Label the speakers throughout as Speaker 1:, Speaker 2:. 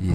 Speaker 1: 以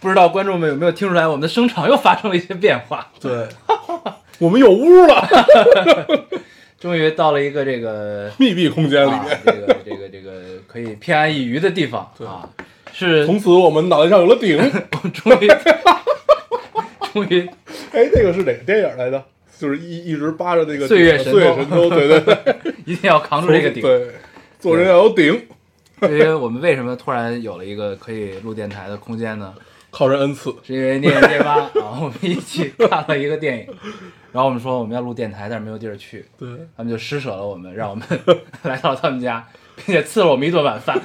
Speaker 1: 不知道观众们有没有听出来，我们的声场又发生了一些变化，
Speaker 2: 对， 我们有屋了，
Speaker 1: 终于到了一个这个
Speaker 2: 密闭空间里
Speaker 1: 啊
Speaker 2: 面。，
Speaker 1: 这个这个这个可以偏安一隅的地方
Speaker 2: 对
Speaker 1: 啊，是
Speaker 2: 从此我们脑袋上有了 顶。
Speaker 1: 终于 终于
Speaker 2: 哎，那个是哪个电影来的？就是一一直扒着那个
Speaker 1: 岁月神
Speaker 2: 神
Speaker 1: 偷
Speaker 2: 月神偷，对对 对，
Speaker 1: 一定要扛住这个顶，
Speaker 2: 对，做人要有顶，
Speaker 1: 所以我们为什么突然有了一个可以录电台的空间呢？
Speaker 2: 靠人恩赐。
Speaker 1: 是因为那个爹妈啊，我们一起看了一个电影，然后我们说我们要录电台，但是没有地儿去，
Speaker 2: 对，
Speaker 1: 他们就施舍了我们，让我们 来到他们家，并且赐了我们一顿晚 饭，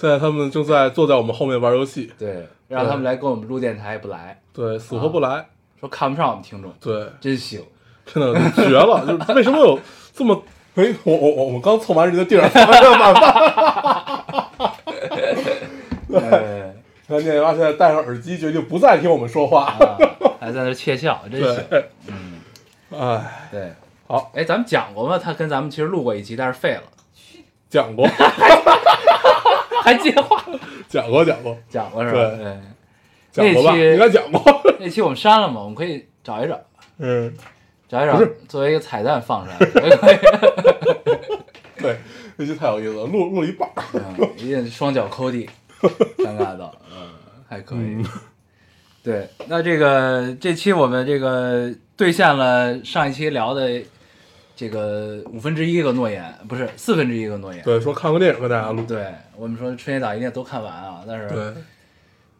Speaker 2: 现在他们正在坐在我们后面玩游戏，
Speaker 1: 对，让他们来跟我们录电台也不来，
Speaker 2: 对，死活不来，
Speaker 1: 说看不上我们听众，
Speaker 2: 对，
Speaker 1: 真行。
Speaker 2: 真的绝了。 就是为什么有这么？ 哎，我我我我刚凑完人家地 上发现晚饭，
Speaker 1: 哎
Speaker 2: 那念娃现在戴上耳机，决定不再听我们说话。嗯
Speaker 1: 啊，还在那窃笑，真行。
Speaker 2: 对，哎，
Speaker 1: 对，
Speaker 2: 好，
Speaker 1: 哎，咱们讲过吗？他跟咱们其实录过一集，但是废 了，
Speaker 2: 讲过，
Speaker 1: 还接话，
Speaker 2: 讲过，讲过，
Speaker 1: 讲过是吧？对，
Speaker 2: 对讲过吧？
Speaker 1: 那期
Speaker 2: 应该讲过。
Speaker 1: 那期我们删了嘛，我们可以找一找，
Speaker 2: 嗯，
Speaker 1: 找一找
Speaker 2: 不是，
Speaker 1: 作为一个彩蛋放上 来，
Speaker 2: 对，那期太有意思了，录录了一半儿。
Speaker 1: 嗯一定双脚抠地，尴尬到，嗯，还可以。对，那这个这期我们这个兑现了上一期聊的这个五分之一个诺言，不是四分之一个诺言。
Speaker 2: 对，说看个电影跟大家录。
Speaker 1: 对，我们说春节档一定都看完啊，但是
Speaker 2: 对，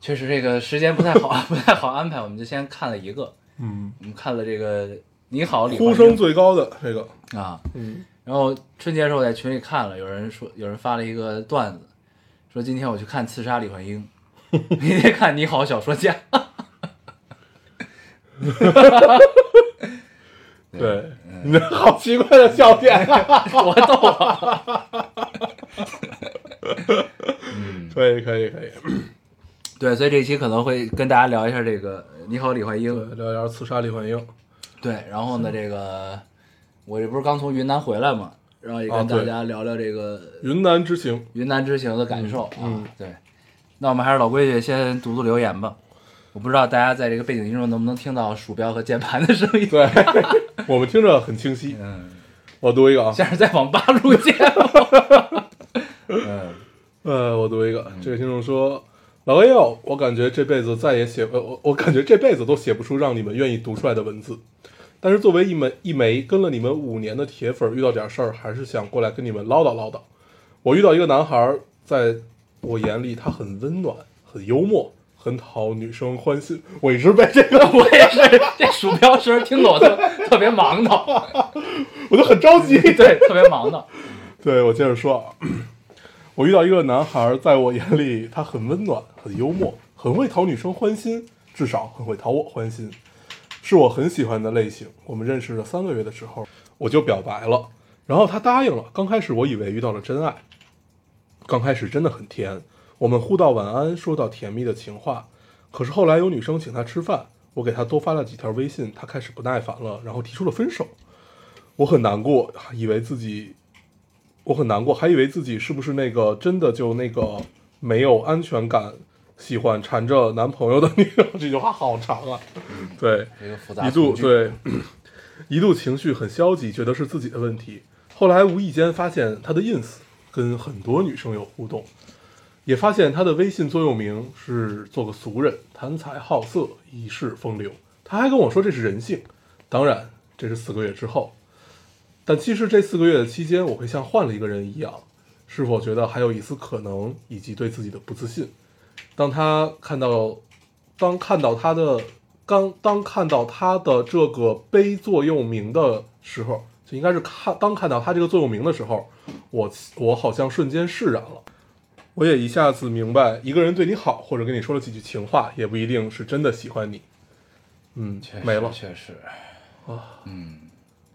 Speaker 1: 确实这个时间不太好， 不太好安排，我们就先看了一个，
Speaker 2: 嗯，
Speaker 1: 我们看了这个《你好，李
Speaker 2: 呼
Speaker 1: 焕
Speaker 2: 声
Speaker 1: 英
Speaker 2: 最高的这个，》
Speaker 1: 啊，
Speaker 2: 嗯，
Speaker 1: 然后春节的时候我在群里看了，有人说有人发了一个段子，说今天我去看《刺杀李焕英》， 明天看《你好，小说家》，
Speaker 2: 对，你这好奇怪的笑 点，
Speaker 1: 多逗啊！
Speaker 2: 可以，可以，可以。
Speaker 1: 对，所以这一期可能会跟大家聊一下这个《你好，李焕英》
Speaker 2: 对，聊聊刺杀李焕英。
Speaker 1: 对，然后呢，这个我这不是刚从云南回来嘛，然后也
Speaker 2: 啊
Speaker 1: 跟大
Speaker 2: 对
Speaker 1: 家聊聊这个
Speaker 2: 云南之行，
Speaker 1: 云南之行的感受啊。
Speaker 2: 嗯嗯
Speaker 1: 对，那我们还是老规矩，先读读留言吧。我不知道大家在这个背景音中能不能听到鼠标和键盘的声音。
Speaker 2: 对， 我们听着很清晰。
Speaker 1: 嗯，
Speaker 2: 我读一个啊，
Speaker 1: 像是在网吧录节目。嗯，
Speaker 2: 呃，我读一个，这个听众说。老 A 哦，我感觉这辈子再也写呃我我感觉这辈子都写不出让你们愿意读出来的文字，但是作为一枚一枚跟了你们五年的铁粉，遇到点事儿还是想过来跟你们唠叨唠叨。我遇到一个男孩，在我眼里他很温暖，很幽默，很讨女生欢心。我一直被这个，
Speaker 1: 我也是，这鼠标声听得我特特别忙的，
Speaker 2: 我就很着急。
Speaker 1: 对，特别忙的。
Speaker 2: 对，我接着说啊，我遇到一个男孩，在我眼里他很温暖，很幽默，很会讨女生欢心，至少很会讨我欢心，是我很喜欢的类型。我们认识了三个月的时候，我就表白了，然后他答应了。刚开始我以为遇到了真爱，刚开始真的很甜，我们互道晚安，说到甜蜜的情话。可是后来有女生请他吃饭，我给他多发了几条微信，他开始不耐烦了，然后提出了分手。我很难过，以为自己我很难过，还以为自己是不是那个真的就那个没有安全感，喜欢缠着男朋友的女友。这句话好长啊，对，
Speaker 1: 这个复杂
Speaker 2: 一度
Speaker 1: 程序，
Speaker 2: 对， 一度情绪很消极，觉得是自己的问题。后来无意间发现他的 ins 跟很多女生有互动，也发现他的微信座右铭是做个俗人，贪财好色，一世风流。他还跟我说这是人性，当然这是四个月之后。但其实这四个月的期间，我会像换了一个人一样，是否觉得还有一丝可能，以及对自己的不自信。当他看到，当看到他的，刚当看到他的这个碑座右铭的时候，就应该是看当看到他这个座右铭的时候，我我好像瞬间释然了。我也一下子明白，一个人对你好，或者跟你说了几句情话，也不一定是真的喜欢你。嗯
Speaker 1: 确，实
Speaker 2: 没了，
Speaker 1: 确实，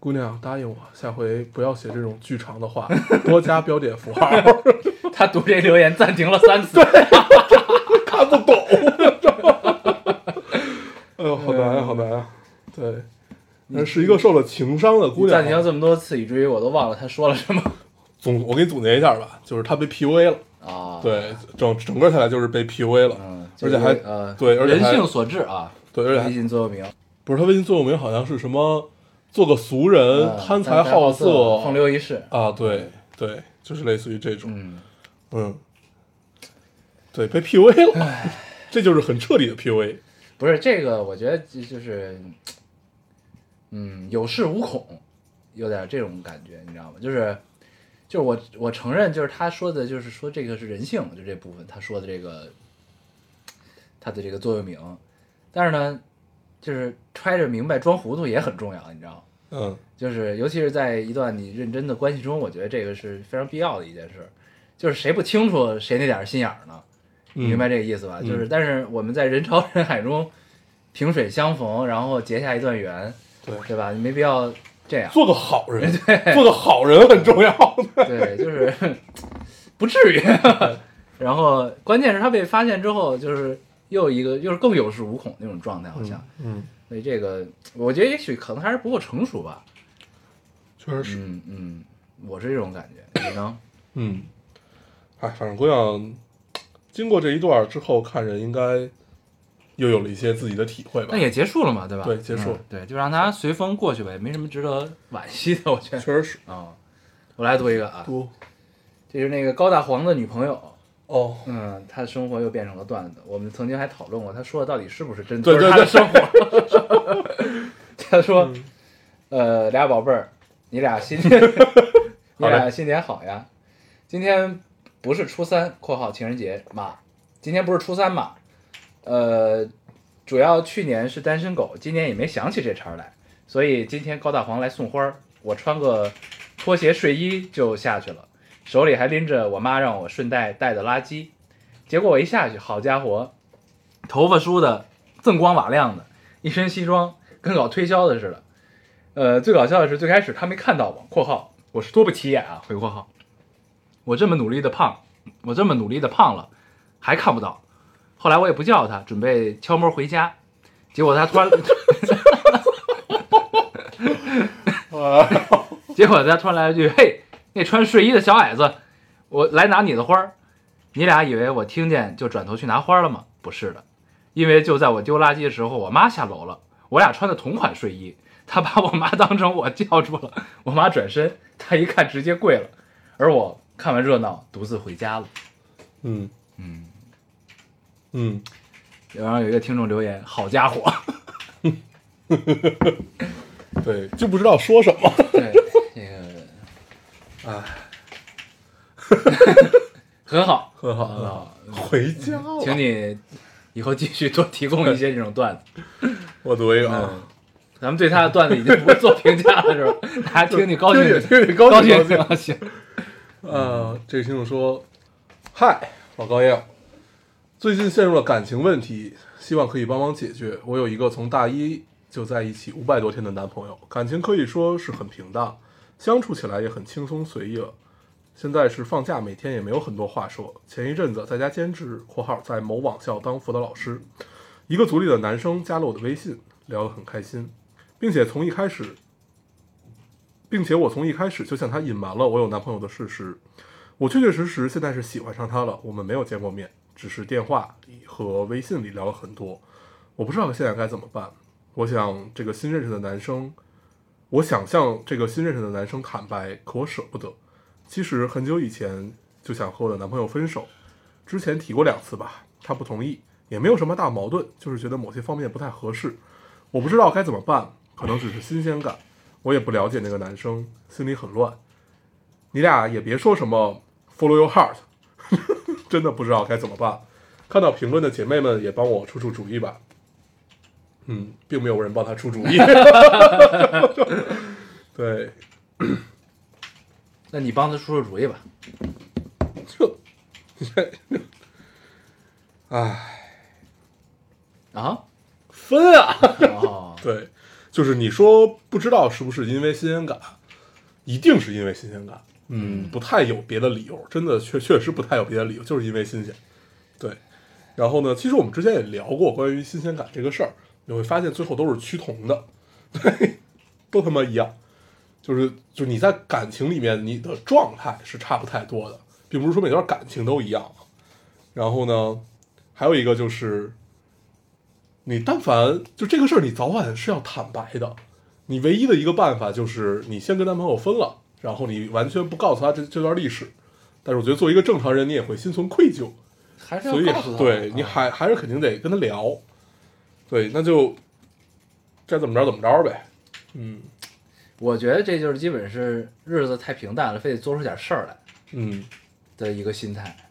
Speaker 2: 姑娘，答应我，下回不要写这种巨长的话，多加标点符号。
Speaker 1: 他读这留言暂停了三次，
Speaker 2: 看不懂。哎呦，好
Speaker 1: 嗯
Speaker 2: 难啊，好难啊！对，那是一个受了情伤的姑娘
Speaker 1: 暂。停了这么多次，以至于我都忘了他说了什么
Speaker 2: 总，我给你总结一下吧，就是她被 PUA 了。
Speaker 1: 啊。，
Speaker 2: 对，整整个下来就是被 PUA 了，
Speaker 1: 嗯，
Speaker 2: 而且还、
Speaker 1: 就是呃，
Speaker 2: 对，而且
Speaker 1: 人
Speaker 2: 还
Speaker 1: 性所致啊，
Speaker 2: 对，而且
Speaker 1: 微
Speaker 2: 还
Speaker 1: 信座右铭，
Speaker 2: 不是她微信座右铭好像是什么做个俗人，
Speaker 1: 嗯
Speaker 2: 贪财好
Speaker 1: 色，风流一世。
Speaker 2: 啊，对对，就是类似于这种，
Speaker 1: 嗯，
Speaker 2: 嗯，对，被 PUA 了，这就是很彻底的 PUA。
Speaker 1: 不是这个，我觉得就就是，嗯，有恃无恐，有点这种感觉，你知道吗？就是，就是我我承认，就是他说的，就是说这个是人性，就这部分他说的这个，他的这个座右铭，但是呢，就是揣着明白装糊涂也很重要，你知道吗？
Speaker 2: 嗯
Speaker 1: 就是尤其是在一段你认真的关系中，我觉得这个是非常必要的一件事。就是谁不清楚谁那点儿心眼儿呢？你明白这个意思吧？就是，但是我们在人潮人海中萍水相逢，然后结下一段缘，
Speaker 2: 对
Speaker 1: 对吧？你没必要这样，
Speaker 2: 嗯做个好 人，做个好人很重要。
Speaker 1: 对，就是 不至于。然后关键是他被发现之后，就是又一个又是更有恃无恐那种状态，好像。
Speaker 2: 嗯，
Speaker 1: 所以这个，我觉得也许可能还是不够成熟吧。
Speaker 2: 确实是。
Speaker 1: 嗯嗯，我是这种感觉，你呢？
Speaker 2: 嗯，哎，反正姑娘经过这一段之后，看人应该又有了一些自己的体会吧
Speaker 1: 那。也结束了嘛，对吧？
Speaker 2: 对结束
Speaker 1: 嗯对，就让它随风过去呗，没什么值得惋惜的，我觉 得。
Speaker 2: 确实是
Speaker 1: 啊、我来读一个啊，
Speaker 2: 多
Speaker 1: 这是那个高大黄的女朋友，
Speaker 2: 哦，
Speaker 1: 嗯，她的生活又变成了段子。我们曾经还讨论过，她说的到底是不是真的，
Speaker 2: 对
Speaker 1: 都是
Speaker 2: 对
Speaker 1: 她的
Speaker 2: 对
Speaker 1: 生活。 她说，呃，俩宝贝儿，你俩新年，你
Speaker 2: 好嘞
Speaker 1: 俩新年好呀。今天不是初三（括号情人节）嘛？今天不是初三嘛？呃，主要去年是单身狗，今年也没想起这茬儿来，所以今天高大黄来送花儿，我穿个拖鞋睡衣就下去了，手里还拎着我妈让我顺带带的垃圾，结果我一下去，好家伙，头发梳的锃光瓦亮的，一身西装，跟搞推销的似的。呃，最搞笑的是最开始他没看到我（括号我是多不起眼啊），回括号，我这么努力的胖，我这么努力的胖了，还看不到。后来我也不叫他，准备悄摸回家，结果他突然，
Speaker 2: 啊
Speaker 1: 结果他突然来了句：“嘿，那穿睡衣的小矮子，我来拿你的花儿。”你俩以为我听见就转头去拿花了吗？不是的，因为就在我丢垃圾的时候，我妈下楼了，我俩穿的同款睡衣，她把我妈当成我叫住了， 我妈转身，她一看直接跪了，而我看完热闹，独自回家了。
Speaker 2: 嗯嗯
Speaker 1: 然后有一个听众留言：“好家伙，
Speaker 2: 嗯，对，就不知道说什么。
Speaker 1: 对，这个，
Speaker 2: 哎，
Speaker 1: 很好，
Speaker 2: 很好，
Speaker 1: 很
Speaker 2: 很好，
Speaker 1: 好，
Speaker 2: 回家了。
Speaker 1: 请你以后继续多提供一些这种段子。”嗯
Speaker 2: 我读一个
Speaker 1: 哦
Speaker 2: 啊，
Speaker 1: 咱们对他的段子已经不是做评价了，是吧？ 大家听你高兴就
Speaker 2: 嗯听
Speaker 1: 行，
Speaker 2: 听你高兴
Speaker 1: 兴
Speaker 2: 高兴
Speaker 1: 就行。
Speaker 2: 呃，这个听众说：“嗨，老高要，最近陷入了感情问题，希望可以帮忙解决。我有一个从大一就在一起五百多天的男朋友，感情可以说是很平淡，相处起来也很轻松随意了。现在是放假，每天也没有很多话说。前一阵子在家兼职（括号在某网校当辅导老师），一个组里的男生加了我的微信，聊得很开心，并且从一开始。”并且我从一开始就向他隐瞒了我有男朋友的事实，我确确实实现在是喜欢上他了，我们没有见过面，只是电话里和微信里聊了很多。我不知道现在该怎么办。我想这个新认识的男生，我想向这个新认识的男生坦白，可我舍不得。其实很久以前就想和我的男朋友分手，之前提过两次吧，他不同意，也没有什么大矛盾，就是觉得某些方面不太合适。我不知道该怎么办，可能只是新鲜感，我也不了解那个男生，心里很乱。你俩也别说什么 follow your heart，真的不知道该怎么办。看到评论的姐妹们也帮我出出主意吧。嗯，并没有人帮他出主意。 对，
Speaker 1: 那你帮他出出主意吧。
Speaker 2: 这哎，
Speaker 1: 啊，
Speaker 2: 分啊！
Speaker 1: 哦，
Speaker 2: 对，就是你说不知道是不是因为新鲜感，一定是因为新鲜感，嗯，不太有别的理由，真的确确实不太有别的理由，就是因为新鲜。对，然后呢，其实我们之前也聊过关于新鲜感这个事儿，你会发现最后都是趋同的，对，都他妈一样，就是就是你在感情里面你的状态是差不太多的，并不是说每段感情都一样啊。然后呢，还有一个就是你但凡就这个事儿，你早晚是要坦白的。你唯一的一个办法就是你先跟男朋友分了，然后你完全不告诉他这这段历史。但是我觉得作为一个正常人，你也会心存愧疚，
Speaker 1: 还是
Speaker 2: 所以
Speaker 1: 要告诉他，
Speaker 2: 对
Speaker 1: 啊
Speaker 2: 你还还是肯定得跟他聊。对，那就该怎么着怎么着呗。嗯
Speaker 1: 我觉得这就是基本是日子太平淡了，非得做出点事儿来
Speaker 2: 嗯，
Speaker 1: 的一个心态。
Speaker 2: 嗯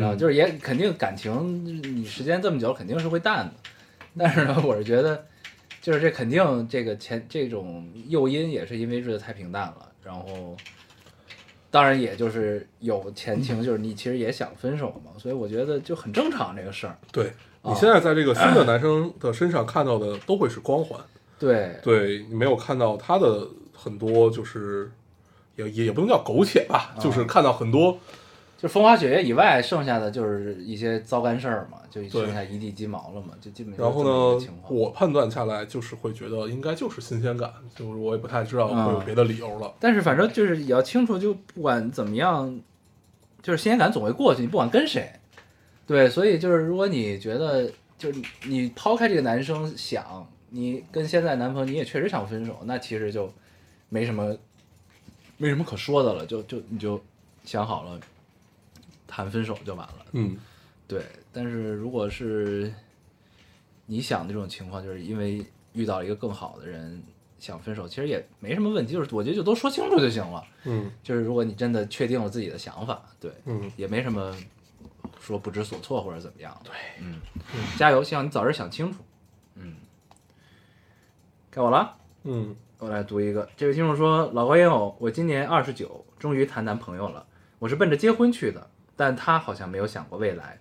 Speaker 1: 然后就是也肯定感情，你时间这么久肯定是会淡的，但是呢，我是觉得，就是这肯定这个前这种诱因也是因为日子太平淡了，然后，当然也就是有前情，就是你其实也想分手嘛，所以我觉得就很正常这个事儿。
Speaker 2: 对你
Speaker 1: 啊
Speaker 2: 现在在这个新的男生的身上看到的都会是光环，
Speaker 1: 对，
Speaker 2: 对你没有看到他的很多就是也也也不能叫苟且
Speaker 1: 啊
Speaker 2: 吧，就是看到很多
Speaker 1: 就风花雪月以外，剩下的就是一些糟干事儿嘛，就
Speaker 2: 对
Speaker 1: 剩下一地鸡毛了嘛，就基本就是
Speaker 2: 然
Speaker 1: 这么一
Speaker 2: 后
Speaker 1: 个
Speaker 2: 呢
Speaker 1: 情，况
Speaker 2: 我判断下来就是会觉得应该就是新鲜感，就是我也不太知道会有
Speaker 1: 嗯
Speaker 2: 别的理由了。
Speaker 1: 但是反正就是也要清楚，就不管怎么样，就是新鲜感总会过去，你不管跟谁，对，所以就是如果你觉得就是你抛开这个男生想，你跟现在男朋友你也确实想分手，那其实就没什么没什么可说的了，就就你就想好了谈分手就完了，
Speaker 2: 嗯，
Speaker 1: 对。但是如果是你想的这种情况，就是因为遇到了一个更好的人想分手，其实也没什么问题，就是我觉得就都说清楚就行了。
Speaker 2: 嗯
Speaker 1: 就是如果你真的确定了自己的想法，对，
Speaker 2: 嗯，
Speaker 1: 也没什么说不知所措或者怎么样。对，嗯，加油，希望你早日想清楚。嗯，该我了，
Speaker 2: 嗯
Speaker 1: 我来读一个。这位听众说：“老高烟偶，我今年二十九，终于谈男朋友了。我是奔着结婚去的，但他好像没有想过未来。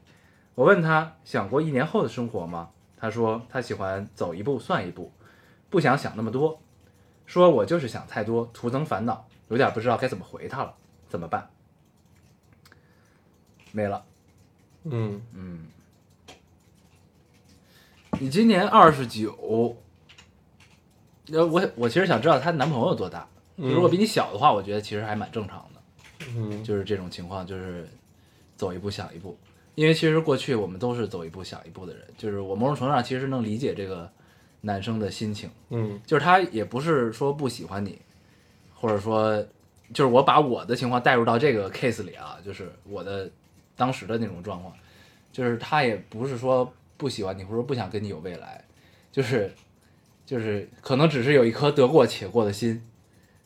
Speaker 1: 我问他想过一年后的生活吗？他说他喜欢走一步算一步，不想想那么多。说我就是想太多，徒增烦恼，有点不知道该怎么回他了，怎么办？没了。
Speaker 2: 嗯，
Speaker 1: 你今年二十九，那我我其实想知道她男朋友多大。
Speaker 2: 嗯
Speaker 1: 如果比你小的话，我觉得其实还蛮正常的，
Speaker 2: 嗯
Speaker 1: 就是这种情况，就是走一步想一步。因为其实过去我们都是走一步想一步的人，就是我某种程度上其实能理解这个男生的心情，
Speaker 2: 嗯
Speaker 1: 就是他也不是说不喜欢你，或者说就是我把我的情况带入到这个 case 里啊，就是我的当时的那种状况，就是他也不是说不喜欢你，或者说不想跟你有未来，就是就是可能只是有一颗得过且过的心，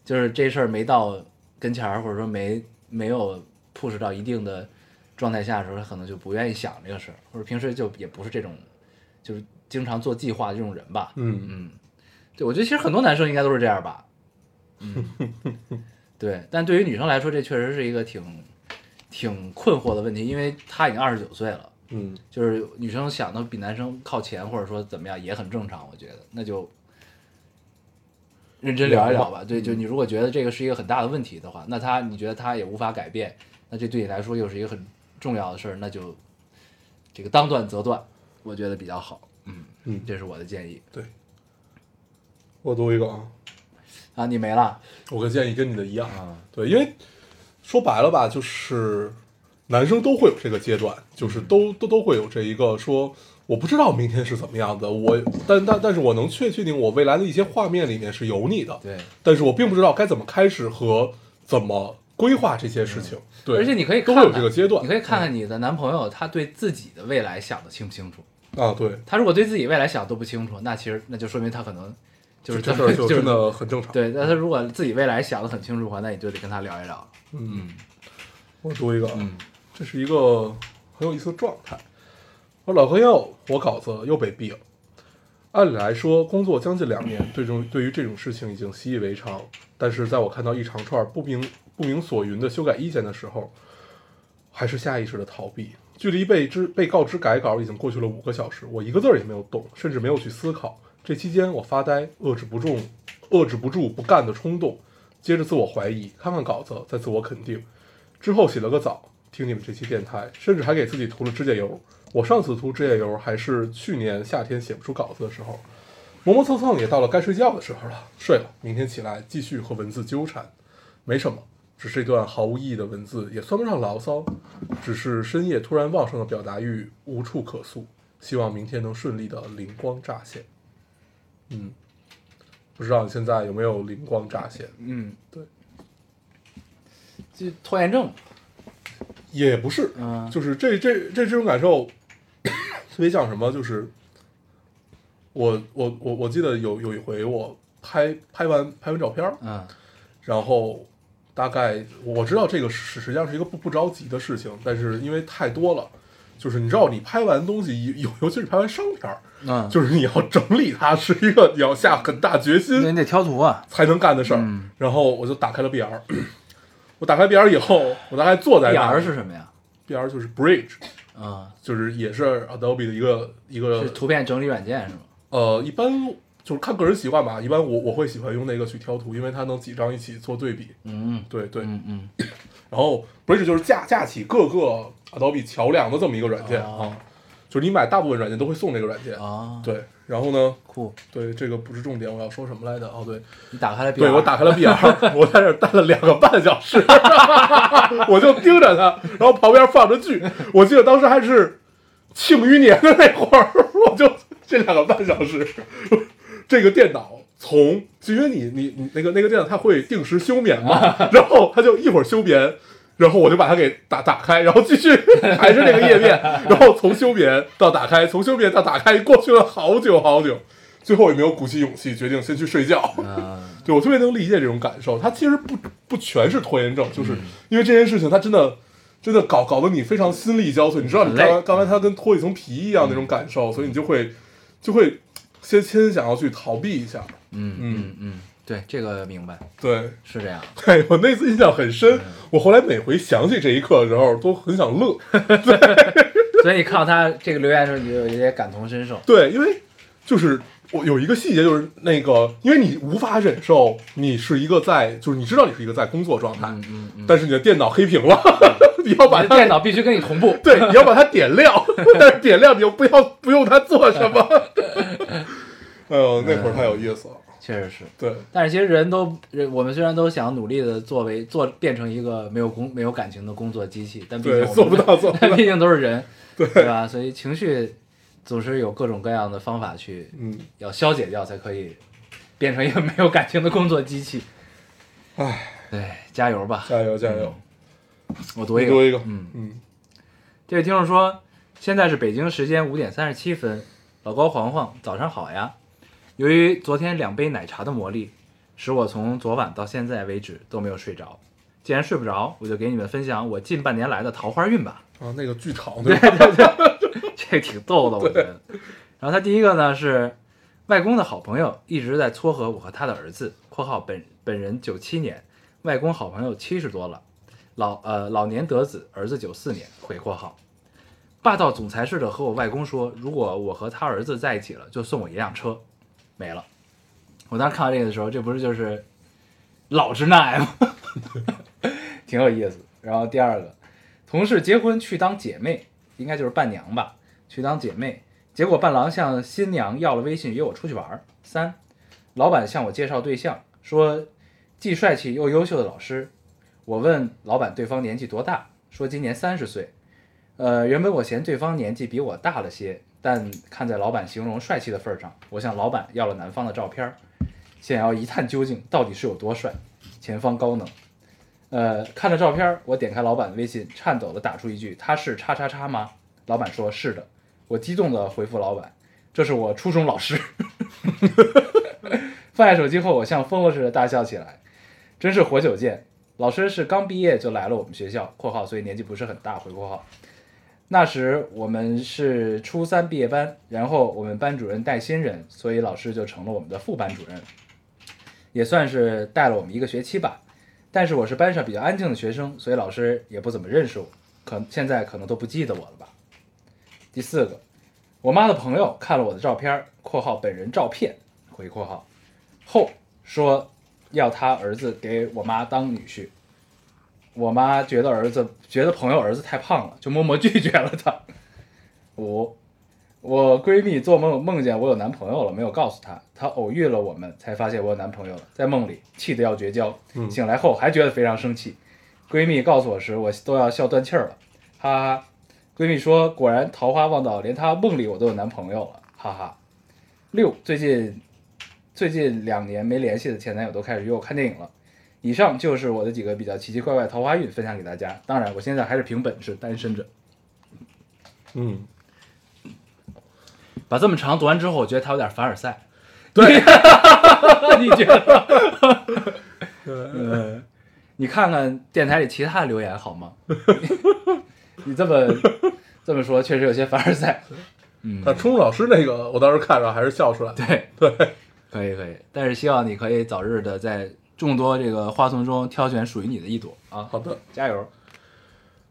Speaker 1: 就是这事儿没到跟前儿，或者说没没有 push 到一定的状态下的时候，他可能就不愿意想这个事儿，或者平时就也不是这种就是经常做计划的这种人吧，
Speaker 2: 嗯
Speaker 1: 嗯，对，我觉得其实很多男生应该都是这样吧。 嗯，对，但对于女生来说，这确实是一个挺挺困惑的问题，因为她已经二十九岁了，
Speaker 2: 嗯
Speaker 1: 就是女生想的比男生靠前，或者说怎么样也很正常，我觉得那就认真聊一聊吧。对，就你如果觉得这个是一个很大的问题的话，那他你觉得他也无法改变，那这对你来说又是一个很重要的事儿，那就这个当断则断，我觉得比较好。嗯，
Speaker 2: 嗯，
Speaker 1: 这是我的建议
Speaker 2: 对，我读一个啊，
Speaker 1: 啊，你没了。
Speaker 2: 我跟建议跟你的一样，
Speaker 1: 啊，
Speaker 2: 对，因为说白了吧，就是男生都会有这个阶段，就是都
Speaker 1: 嗯
Speaker 2: 都都会有这一个说，我不知道明天是怎么样的，我但但但是我能确确定我未来的一些画面里面是有你的，
Speaker 1: 对，
Speaker 2: 但是我并不知道该怎么开始和怎么规划这些事情，对，
Speaker 1: 嗯而且你可以
Speaker 2: 都
Speaker 1: 看
Speaker 2: 会
Speaker 1: 看
Speaker 2: 有这个阶段，
Speaker 1: 你可以看看你的男朋友他对自己的未来想的清不清楚。
Speaker 2: 啊，对，
Speaker 1: 他如果对自己未来想都不清楚，那其实那就说明他可能就是
Speaker 2: 这
Speaker 1: 他
Speaker 2: 事儿就
Speaker 1: 就是
Speaker 2: 真的很正常，
Speaker 1: 对。那他如果自己未来想的很清楚的话，那你就得跟他聊一聊。
Speaker 2: 嗯，我读一个，嗯，这是一个很有意思的状态。我老朋友，我稿子又被毙了。按理来说，工作将近两年，对这种对于这种事情已经习以为常。但是在我看到一长串不明不明所云的修改意见的时候，还是下意识的逃避。距离被知被告知改稿已经过去了五个小时，我一个字儿也没有动，甚至没有去思考。这期间，我发呆，遏制不住，遏制不住不干的冲动，接着自我怀疑，看看稿子，再自我肯定。之后洗了个澡，听你们这期电台，甚至还给自己涂了指甲油。我上次涂指甲油还是去年夏天写不出稿子的时候，磨磨蹭蹭也到了该睡觉的时候了，睡了。明天起来继续和文字纠缠，没什么，只是一段毫无意义的文字，也算不上牢骚，只是深夜突然旺盛的表达欲无处可诉。希望明天能顺利的灵光乍现。嗯，不知道你现在有没有灵光乍现？
Speaker 1: 嗯，
Speaker 2: 对，
Speaker 1: 就拖延症，
Speaker 2: 也不是，
Speaker 1: 嗯
Speaker 2: 就是这这这这种感受，特别像什么？就是我我我我记得有有一回我拍拍完拍完照片儿，
Speaker 1: 嗯
Speaker 2: 然后大概我知道这个实实际上是一个不不着急的事情，但是因为太多了，就是你知道你拍完东西，尤尤其是拍完商片儿，
Speaker 1: 嗯，
Speaker 2: 就是你要整理它是一个你要下很大决心，
Speaker 1: 那你得挑图啊，
Speaker 2: 才能干的事儿。
Speaker 1: 嗯
Speaker 2: 然后我就打开了 BR，我打开 BR 以后，我大概坐在
Speaker 1: 眼
Speaker 2: 那
Speaker 1: 儿
Speaker 2: 儿
Speaker 1: 是什么呀？
Speaker 2: BR 就是 Bridge，
Speaker 1: 啊，
Speaker 2: 就是也是 Adobe 的一个一个
Speaker 1: 是图片整理软件是吗？
Speaker 2: 呃，一般就是看个人习惯吧。一般我我会喜欢用那个去挑图，因为它能几张一起做对比。
Speaker 1: 嗯
Speaker 2: 对对，
Speaker 1: 嗯嗯
Speaker 2: 然后 Bridge 就是架架起各个 Adobe 桥梁的这么一个软件、
Speaker 1: 哦
Speaker 2: 啊，就是你买大部分软件都会送这个软件。
Speaker 1: 嗯啊，
Speaker 2: 对，然后呢，
Speaker 1: 酷，
Speaker 2: 对这个不是重点，我要说什么来着？哦，对，
Speaker 1: 你打开了 B，
Speaker 2: 对我打开了 BR，我在这儿待了两个半小时， 我就盯着它，然后旁边放着剧，我记得当时还是《庆余年》的那会儿， 我就这两个半小时， 这个电脑从因为你你你那个那个电脑它会定时休眠嘛，然后它就一会儿休眠。然后我就把它给打打开，然后继续还是这个页面，然后从休眠到打开，从休眠到打开，过去了好久好久，最后也没有鼓起勇气，决定先去睡觉。
Speaker 1: 嗯
Speaker 2: 对我特别能理解这种感受。它其实不不全是拖延症，
Speaker 1: 嗯
Speaker 2: 就是因为这件事情，它真的真的搞搞得你非常心力交瘁。你知道，你
Speaker 1: 很累嗯
Speaker 2: 刚才刚才它跟脱一层皮一样那种感受，所以你就会就会先先想要去逃避一下。
Speaker 1: 嗯嗯嗯，对，这个明白，
Speaker 2: 对，
Speaker 1: 是这样，
Speaker 2: 对我那次印象很
Speaker 1: 嗯
Speaker 2: 深。我后来每回想起这一刻的时候，都很想 乐。
Speaker 1: 所以你看到他这个留言的时候，你就有一些感同身受，
Speaker 2: 对，因为就是我有一个细节，就是那个，因为你无法忍受你是一个在，就是你知道你是一个在工作状态，
Speaker 1: 嗯嗯嗯，
Speaker 2: 但是你的电脑黑屏了， 你要把
Speaker 1: 你
Speaker 2: 它
Speaker 1: 的电脑必须跟你同 步，
Speaker 2: 对，你要把它点亮， 但是点亮你又不要不用它做什么。 哎呦，那会儿太有意思了。
Speaker 1: 确实是。
Speaker 2: 对，
Speaker 1: 但是其实人都，人我们虽然都想努力的作为做变成一个没有工没有感情的工作机器，但毕竟
Speaker 2: 对
Speaker 1: 我们
Speaker 2: 做不到做不到
Speaker 1: 毕竟都是 人，对吧？所以情绪总是有各种各样的方法去
Speaker 2: 嗯，
Speaker 1: 要消解掉，才可以变成一个没有感情的工作机器。
Speaker 2: 哎，
Speaker 1: 对，加油吧！
Speaker 2: 加油加油，
Speaker 1: 我读一个，
Speaker 2: 多一个，
Speaker 1: 嗯，
Speaker 2: 嗯
Speaker 1: 这位听众说，现在是北京时间五点三十七分，老高黄黄，早上好呀。由于昨天两杯奶茶的魔力，使我从昨晚到现在为止都没有睡着。既然睡不着，我就给你们分享我近半年来的桃花运吧。
Speaker 2: 啊，那个剧 场对吧，
Speaker 1: 这个挺逗的，我觉得。然后他第一个呢是外公的好朋友一直在撮合我和他的儿子（括号本本人九七年，外公好朋友七十多了，老呃老年得子，儿子九四年）回括号。霸道总裁似的和我外公说，如果我和他儿子在一起了，就送我一辆车，没了。我当时看到这个的时候，这不是就是老直男癌吗？ 挺有意思。然后第二个，同事结婚去当姐妹，应该就是伴娘吧，去当姐妹。结果伴郎向新娘要了微信，约我出去玩儿。三，老板向我介绍对象，说既帅气又优秀的老师。我问老板对方年纪多大，说今年三十岁。呃，原本我嫌对方年纪比我大了些，但看在老板形容帅气的份儿上，我向老板要了男方的照片儿，想要一探究竟，到底是有多帅，前方高能。呃，看了照片儿，我点开老板微信，颤抖的打出一句：“他是叉叉叉吗？”老板说：“是的。”我激动的回复老板：“这是我初中老师。” 放下手机后，我像疯了似的大笑起来，真是活久见。老师是刚毕业就来了我们学校（括号所以年纪不是很大）回括号。那时我们是初三毕业班，然后我们班主任带新人，所以老师就成了我们的副班主任，也算是带了我们一个学期吧。但是我是班上比较安静的学生，所以老师也不怎么认识我。可现在可能都不记得我了吧。第四个，我妈的朋友看了我的照片（括号本人照片）回括号后说要他儿子给我妈当女婿，我妈觉得儿子觉得朋友儿子太胖了，就默默拒绝了他。五，我闺蜜做梦梦见我有男朋友了，没有告诉她，她偶遇了我们，才发现我有男朋友了，在梦里气得要绝交，醒来后还觉得非常生气。闺蜜告诉我时，我都要笑断气儿了，哈哈哈。闺蜜说，果然桃花旺到，连她梦里我都有男朋友了，哈哈。六，最近最近两年没联系的前男友都开始约我看电影了。以上就是我的几个比较奇奇怪怪的桃花运分享给大家。当然，我现在还是凭本事单身着。
Speaker 2: 嗯，
Speaker 1: 把这么长读完之后，我觉得他有点凡尔赛。
Speaker 2: 对，
Speaker 1: 你觉得？
Speaker 2: 对，
Speaker 1: 嗯，你看看电台里其他的留言好 吗？你这么这么说，确实有些凡尔赛。
Speaker 2: 那冲冲老师那个，我当时看着还是笑出来了。
Speaker 1: 对对，可以可以，但是希望你可以早日的在众多这个花丛中挑选属于你的一朵啊！
Speaker 2: 好的，
Speaker 1: 加油！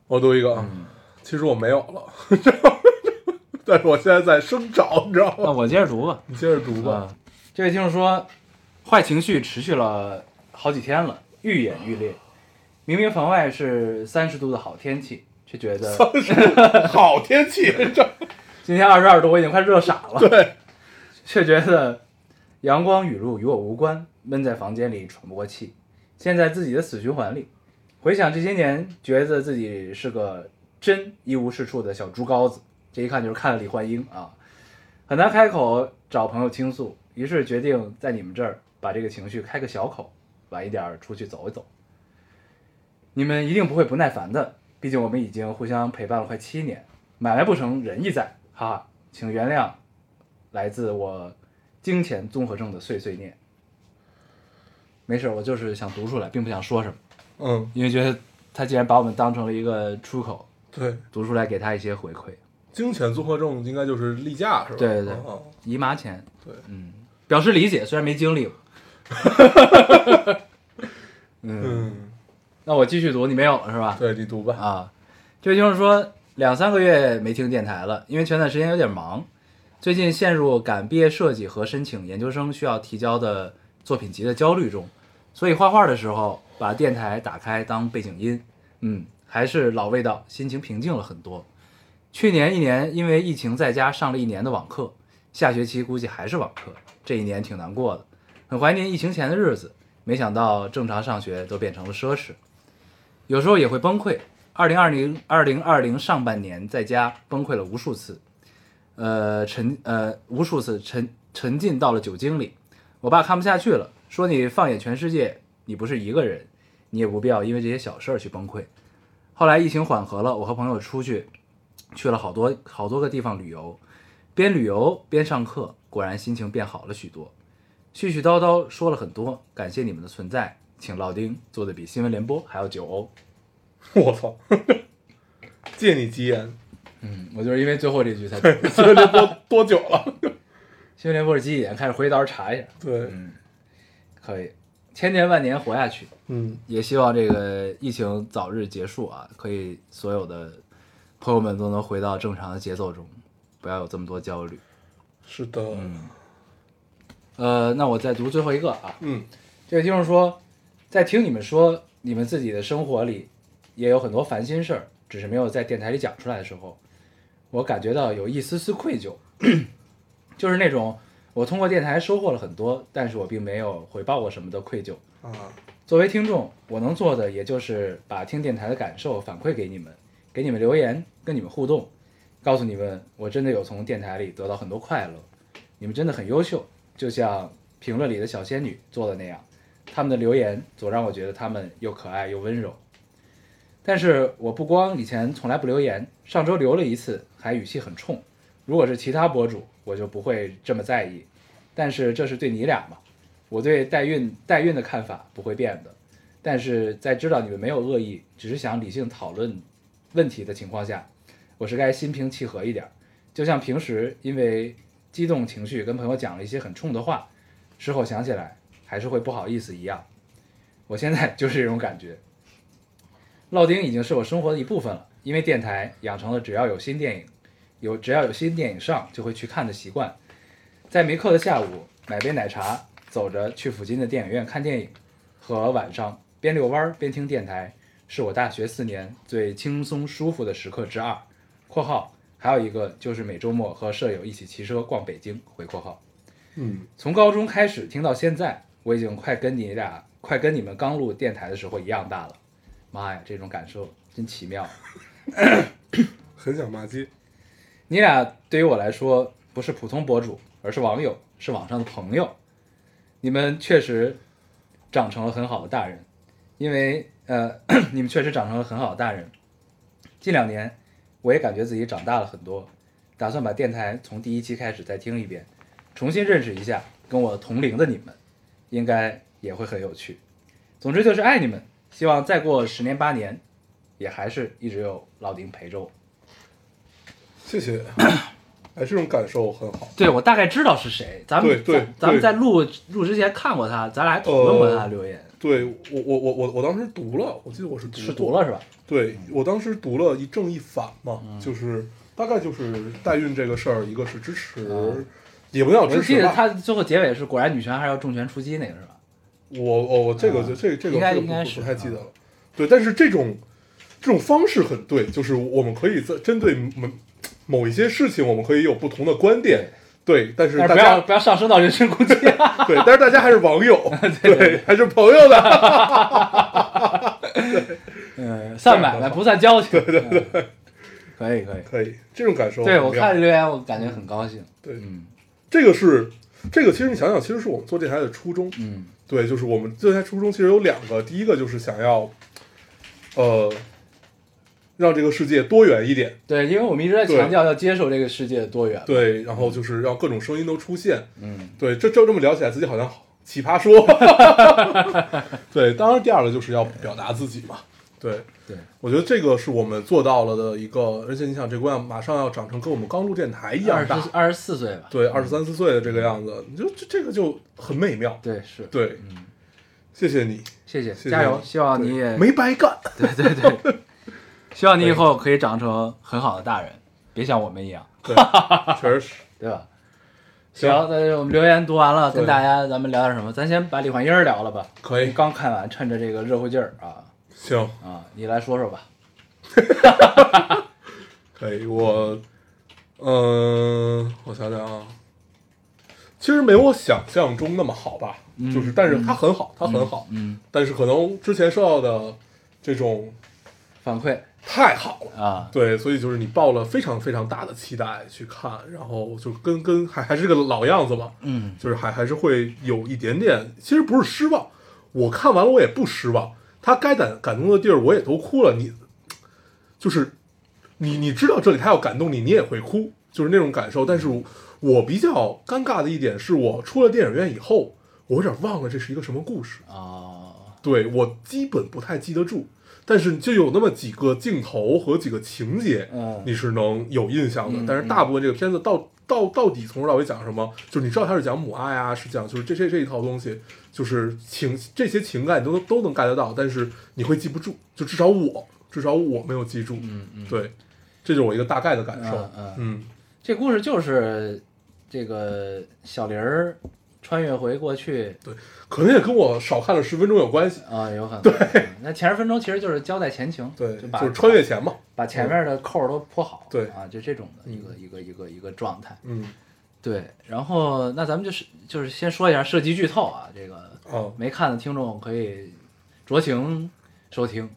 Speaker 2: 我读一个，啊，
Speaker 1: 嗯
Speaker 2: 其实我没有了， 但是我现在在生找，你知道
Speaker 1: 那
Speaker 2: 吗？
Speaker 1: 我接着读吧。
Speaker 2: 你接着读吧。
Speaker 1: 啊，这位听众说，坏情绪持续了好几天了，愈演愈烈。明明房外是三十度的好天气，却觉得啊
Speaker 2: 好天气，这
Speaker 1: 今天二十二度，我已经快热傻了，
Speaker 2: 对，
Speaker 1: 却觉得阳光雨露与我无关，闷在房间里喘不过气，陷在自己的死循环里。回想这些年，觉得自己是个真一无是处的小猪羔子，这一看就是看了李焕英啊，很难开口找朋友倾诉，于是决定在你们这儿把这个情绪开个小口，晚一点儿出去走一走。你们一定不会不耐烦的，毕竟我们已经互相陪伴了快七年，买卖不成仁义在，哈哈，请原谅来自我金钱综合症的碎碎念。没事儿，我就是想读出来，并不想说什么，
Speaker 2: 嗯，
Speaker 1: 因为觉得他既然把我们当成了一个出口，
Speaker 2: 对，
Speaker 1: 读出来给他一些回馈。
Speaker 2: 金钱综合症应该就是例假是吧？
Speaker 1: 对对对
Speaker 2: 嗯
Speaker 1: 姨妈前，
Speaker 2: 对
Speaker 1: 嗯，表示理解，虽然没经历过。 嗯，
Speaker 2: 嗯，
Speaker 1: 那我继续读，你没有了是吧？
Speaker 2: 对你读吧。
Speaker 1: 啊，这位听众说两三个月没听电台了，因为前段时间有点忙，最近陷入赶毕业设计和申请研究生需要提交的作品集的焦虑中，所以画画的时候把电台打开当背景音，嗯，还是老味道，心情平静了很多。去年一年因为疫情在家上了一年的网课，下学期估计还是网课，这一年挺难过的，很怀念疫情前的日子，没想到正常上学都变成了奢侈。有时候也会崩溃。二零二零二零二零上半年在家崩溃了无数次，呃沉呃无数次沉沉浸到了酒精里。我爸看不下去了，说你放眼全世界，你不是一个人，你也不必要因为这些小事儿去崩溃。后来疫情缓和了，我和朋友出去去了好多好多个地方旅游，边旅游边上课，果然心情变好了许多。絮絮叨叨说了很多，感谢你们的存在，请老丁做的比新闻联播还要久哦。
Speaker 2: 我操，借你吉言，
Speaker 1: 嗯我就是因为最后这句才
Speaker 2: 所以这播多久了？
Speaker 1: 新闻联播是几点？开始回头查一下，
Speaker 2: 对，
Speaker 1: 嗯可以，千年万年活下去。
Speaker 2: 嗯，
Speaker 1: 也希望这个疫情早日结束啊，可以所有的朋友们都能回到正常的节奏中，不要有这么多焦虑。
Speaker 2: 是的，
Speaker 1: 嗯呃，那我再读最后一个啊，
Speaker 2: 嗯，
Speaker 1: 这位听众说，在听你们说你们自己的生活里也有很多烦心事儿，只是没有在电台里讲出来的时候，我感觉到有一丝丝愧疚， 就是那种我通过电台收获了很多，但是我并没有回报我什么的愧疚。
Speaker 2: 啊，
Speaker 1: 作为听众，我能做的也就是把听电台的感受反馈给你们，给你们留言，跟你们互动，告诉你们我真的有从电台里得到很多快乐，你们真的很优秀，就像评论里的小仙女做的那样，他们的留言总让我觉得他们又可爱又温柔。但是我不光以前从来不留言，上周留了一次，还语气很冲。如果是其他博主，我就不会这么在意，但是这是对你俩嘛，我对代孕代孕的看法不会变的，但是在知道你们没有恶意，只是想理性讨论问题的情况下，我是该心平气和一点儿。就像平时因为激动情绪跟朋友讲了一些很冲的话，事后想起来还是会不好意思一样。我现在就是这种感觉。烙丁已经是我生活的一部分了，因为电台养成了只要有新电影，有只要有新电影上就会去看的习惯。在没课的下午，买杯奶茶，走着去附近的电影院看电影，和晚上边遛弯儿边听电台，是我大学四年最轻松舒服的时刻之二。（括号还有一个就是每周末和舍友一起骑车逛北京。）回括号。
Speaker 2: 嗯，
Speaker 1: 从高中开始听到现在，我已经快跟你俩，快跟你们刚录电台的时候一样大了。妈呀，这种感受真奇妙。啊
Speaker 2: 很想骂街，
Speaker 1: 你俩对于我来说不是普通博主，而是网友，是网上的朋友。你们确实长成了很好的大人，因为呃， 你们确实长成了很好的大人。近两年，我也感觉自己长大了很多，打算把电台从第一期开始再听一遍，重新认识一下跟我同龄的你们，应该也会很有趣。总之就是爱你们，希望再过十年八年，也还是一直有老丁陪着我。
Speaker 2: 谢谢。 哎，这种感受很好。
Speaker 1: 对，我大概知道是谁。咱们
Speaker 2: 对对
Speaker 1: 咱咱们
Speaker 2: 对哦
Speaker 1: 在录录之前看过他，咱俩还讨论过他的留言，
Speaker 2: 对我我我我我当时读了，我记得我是读
Speaker 1: 是
Speaker 2: 过
Speaker 1: 读了是吧？嗯
Speaker 2: 对我当时读了一正一反嘛，就是大概就是代孕这个事儿，一个是支持，也不
Speaker 1: 啊
Speaker 2: 叫
Speaker 1: 我
Speaker 2: 支
Speaker 1: 记
Speaker 2: 持
Speaker 1: 得
Speaker 2: 哦吧。
Speaker 1: 他最后结尾是果然女权还是要重拳出击那个是吧？
Speaker 2: 我我我这个
Speaker 1: 啊
Speaker 2: 就这个这个
Speaker 1: 应该
Speaker 2: 这个
Speaker 1: 应该
Speaker 2: 不
Speaker 1: 是嗯
Speaker 2: 不太记得了。对，但是这种这种方式很对，就是我们可以在针对某某一些事情，我们可以有不同的观点。对，但是
Speaker 1: 但
Speaker 2: 大
Speaker 1: 是不
Speaker 2: 家
Speaker 1: 要不要上升到人身攻击。啊
Speaker 2: 对，但是大家还是 网友，对，还是朋友的。
Speaker 1: 嗯，算买卖不算交 情。对对对，可以可以。
Speaker 2: 可以，这种感受很
Speaker 1: 对
Speaker 2: 妙。
Speaker 1: 我看留言，我感觉很高兴。
Speaker 2: 对
Speaker 1: 嗯
Speaker 2: 这个是这个，其实你想想，其实是我们做电台的初衷。
Speaker 1: 嗯
Speaker 2: 对，就是我们这台初衷其实有两个，第一个就是想要，呃，让这个世界多元一点，
Speaker 1: 对，因为我们一直在强调要接受这个世界的多元。，
Speaker 2: 对，然后就是让各种声音都出现，
Speaker 1: 嗯，
Speaker 2: 对，这这这么聊起来，自己好像奇葩 说，对，当然第二个就是要表达自己嘛，对，
Speaker 1: 对，
Speaker 2: 我觉得这个是我们做到了的一个，而且你想，这姑娘马上要长成跟我们刚录电台一
Speaker 1: 二
Speaker 2: 样
Speaker 1: 十
Speaker 2: 大，
Speaker 1: 二十四岁吧。
Speaker 2: 对，二十三四岁的这个样子，你就这这个就很美妙，
Speaker 1: 对是。
Speaker 2: 对，
Speaker 1: 嗯，
Speaker 2: 谢谢你，
Speaker 1: 谢谢，
Speaker 2: 谢谢
Speaker 1: 加油！
Speaker 2: 你
Speaker 1: 希望你
Speaker 2: 对
Speaker 1: 也
Speaker 2: 没白干。
Speaker 1: 对对 对，希望你以后可以长成很好的大人，别像我们一样，
Speaker 2: 对，确实是。
Speaker 1: 对吧？
Speaker 2: 行
Speaker 1: 行，那就我们留言读完了，
Speaker 2: 对
Speaker 1: 跟大家咱们聊点什么？咱先把李焕英儿聊了吧。
Speaker 2: 可以
Speaker 1: 刚看完，趁着这个热乎劲儿啊
Speaker 2: 行，
Speaker 1: 啊，你来说说吧。
Speaker 2: 可以。我，嗯、我想想啊，其实没我想象中那么好吧，就是，但是它很好，它很好，
Speaker 1: 嗯，
Speaker 2: 但是可能之前受到的这种
Speaker 1: 反馈
Speaker 2: 太好了。
Speaker 1: 啊，
Speaker 2: 对，所以就是你抱了非常非常大的期待去看，然后就跟跟还还是个老样子嘛，
Speaker 1: 嗯，
Speaker 2: 就是还还是会有一点点，其实不是失望。我看完了我也不失望，他该感感动的地儿我也都哭了。你就是你你知道这里他要感动你，你也会哭，就是那种感受。但是我我比较尴尬的一点是我出了电影院以后，我有点忘了这是一个什么故事。
Speaker 1: 哦，
Speaker 2: 对我基本不太记得住，但是就有那么几个镜头和几个情节，
Speaker 1: 嗯
Speaker 2: 你是能有印象的。
Speaker 1: 嗯
Speaker 2: 但是大部分这个片子到到到底从头到尾讲什么，就是你知道它是讲母爱啊，是讲就是这这这一套东西，就是情这些情感你都都能 get 得到，但是你会记不住，就至少我至少我没有记住。
Speaker 1: 嗯嗯，
Speaker 2: 对，这就是我一个大概的感受。
Speaker 1: 嗯嗯
Speaker 2: 嗯
Speaker 1: 这故事就是这个小林儿穿越回过去
Speaker 2: 可能也跟我少看了十分钟有关系。
Speaker 1: 啊，有可能。对，那前十分钟其实就是交代前情，
Speaker 2: 对，
Speaker 1: 就把
Speaker 2: 就是穿越前嘛。
Speaker 1: 把前面的扣儿都铺好，
Speaker 2: 对
Speaker 1: 啊，就这种的一个、一个一个一个状态。
Speaker 2: 嗯
Speaker 1: 对，然后那咱们就是就是先说一下涉及剧透啊，这个
Speaker 2: 啊，
Speaker 1: 没看的听众可以酌情收听。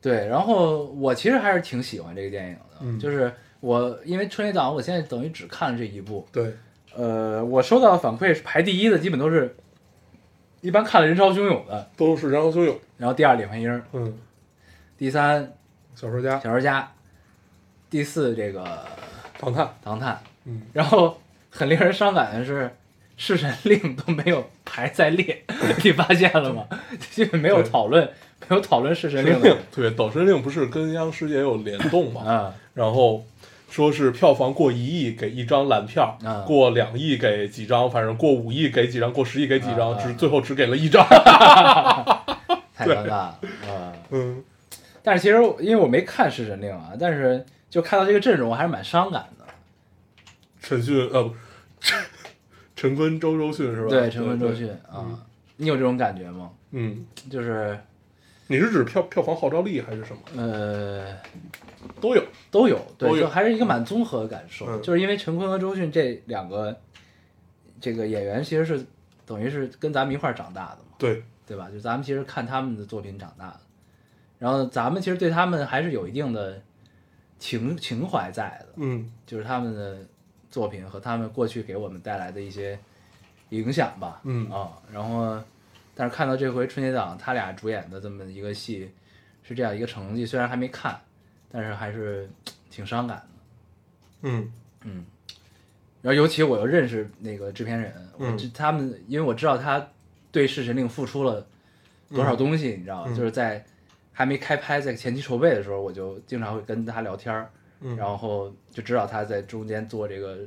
Speaker 1: 对，然后我其实还是挺喜欢这个电影的，
Speaker 2: 嗯
Speaker 1: 就是我因为春节档我现在等于只看了这一部，
Speaker 2: 对，
Speaker 1: 呃，我收到的反馈是排第一的基本都是，一般看了人潮汹涌的，
Speaker 2: 都是然后就有
Speaker 1: 然后第二李焕英，
Speaker 2: 嗯
Speaker 1: 第三
Speaker 2: 小说家
Speaker 1: 小说家，第四这个
Speaker 2: 唐探。
Speaker 1: 唐探，
Speaker 2: 嗯，
Speaker 1: 然后很令人伤感的是，《弑神令》都没有排在列， 你发现了吗？基本没有
Speaker 2: 对
Speaker 1: 讨论，没有讨论《弑神
Speaker 2: 神
Speaker 1: 令
Speaker 2: 令》
Speaker 1: 的
Speaker 2: 对，《抖神令》不是跟央视也有联动嘛？
Speaker 1: 啊，
Speaker 2: 然后说是票房过一亿给一张蓝票，
Speaker 1: 啊
Speaker 2: 过两亿给几张，反正过五亿给几张，过十亿给几张，
Speaker 1: 啊啊
Speaker 2: 只最后只给了一张。
Speaker 1: 太尴尬了啊！
Speaker 2: 嗯，
Speaker 1: 但是其实我因为我没看《弑神令》啊，但是就看到这个阵容，我还是蛮伤感的。
Speaker 2: 陈迅呃，不陈陈坤、周周迅是吧？
Speaker 1: 对，陈坤、周，
Speaker 2: 对
Speaker 1: 迅啊，你有这种感觉吗？
Speaker 2: 嗯，
Speaker 1: 就是
Speaker 2: 你是指票票房号召力还是什么？
Speaker 1: 呃，
Speaker 2: 都有，
Speaker 1: 都有，对，
Speaker 2: 都有
Speaker 1: 就还是一个蛮综合的感受，
Speaker 2: 嗯
Speaker 1: 就是因为陈坤和周迅这两个这个演员其实是等于是跟咱们一块儿长大的嘛，
Speaker 2: 对，
Speaker 1: 对吧？就咱们其实看他们的作品长大的，然后咱们其实对他们还是有一定的情情怀在的，
Speaker 2: 嗯
Speaker 1: 就是他们的作品和他们过去给我们带来的一些影响吧。
Speaker 2: 嗯
Speaker 1: 啊，然后但是看到这回春节档他俩主演的这么一个戏是这样一个成绩，虽然还没看，但是还是挺伤感的。
Speaker 2: 嗯
Speaker 1: 然后尤其我又认识那个制片人，我
Speaker 2: 嗯
Speaker 1: 知他们，因为我知道他对《弑神令》付出了多少东西，你知道吗？
Speaker 2: 嗯
Speaker 1: 就是在还没开拍，在前期筹备的时候，我就经常会跟他聊天儿，
Speaker 2: 嗯
Speaker 1: 然后就知道他在中间做这个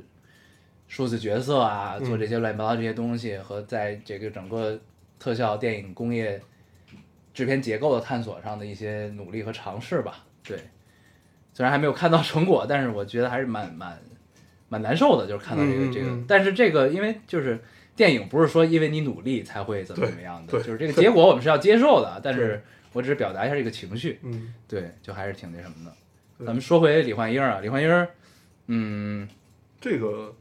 Speaker 1: 数字角色啊，
Speaker 2: 嗯
Speaker 1: 做这些乱七八糟这些东西，和在这个整个特效电影工业制片结构的探索上的一些努力和尝试吧。对，虽然还没有看到成果，但是我觉得还是蛮蛮蛮难受的，就是看到这个、
Speaker 2: 嗯嗯
Speaker 1: 这个
Speaker 2: 嗯。
Speaker 1: 但是这个因为就是电影不是说因为你努力才会怎么
Speaker 2: 对
Speaker 1: 怎么样的，
Speaker 2: 对
Speaker 1: 就是这个
Speaker 2: 对
Speaker 1: 结果我们是要接受的，但
Speaker 2: 对
Speaker 1: 是我只是表达一下这个情绪，
Speaker 2: 嗯，
Speaker 1: 对，就还是挺那什么的。
Speaker 2: 对
Speaker 1: 咱们说回李焕英啊，李焕英，嗯
Speaker 2: 这个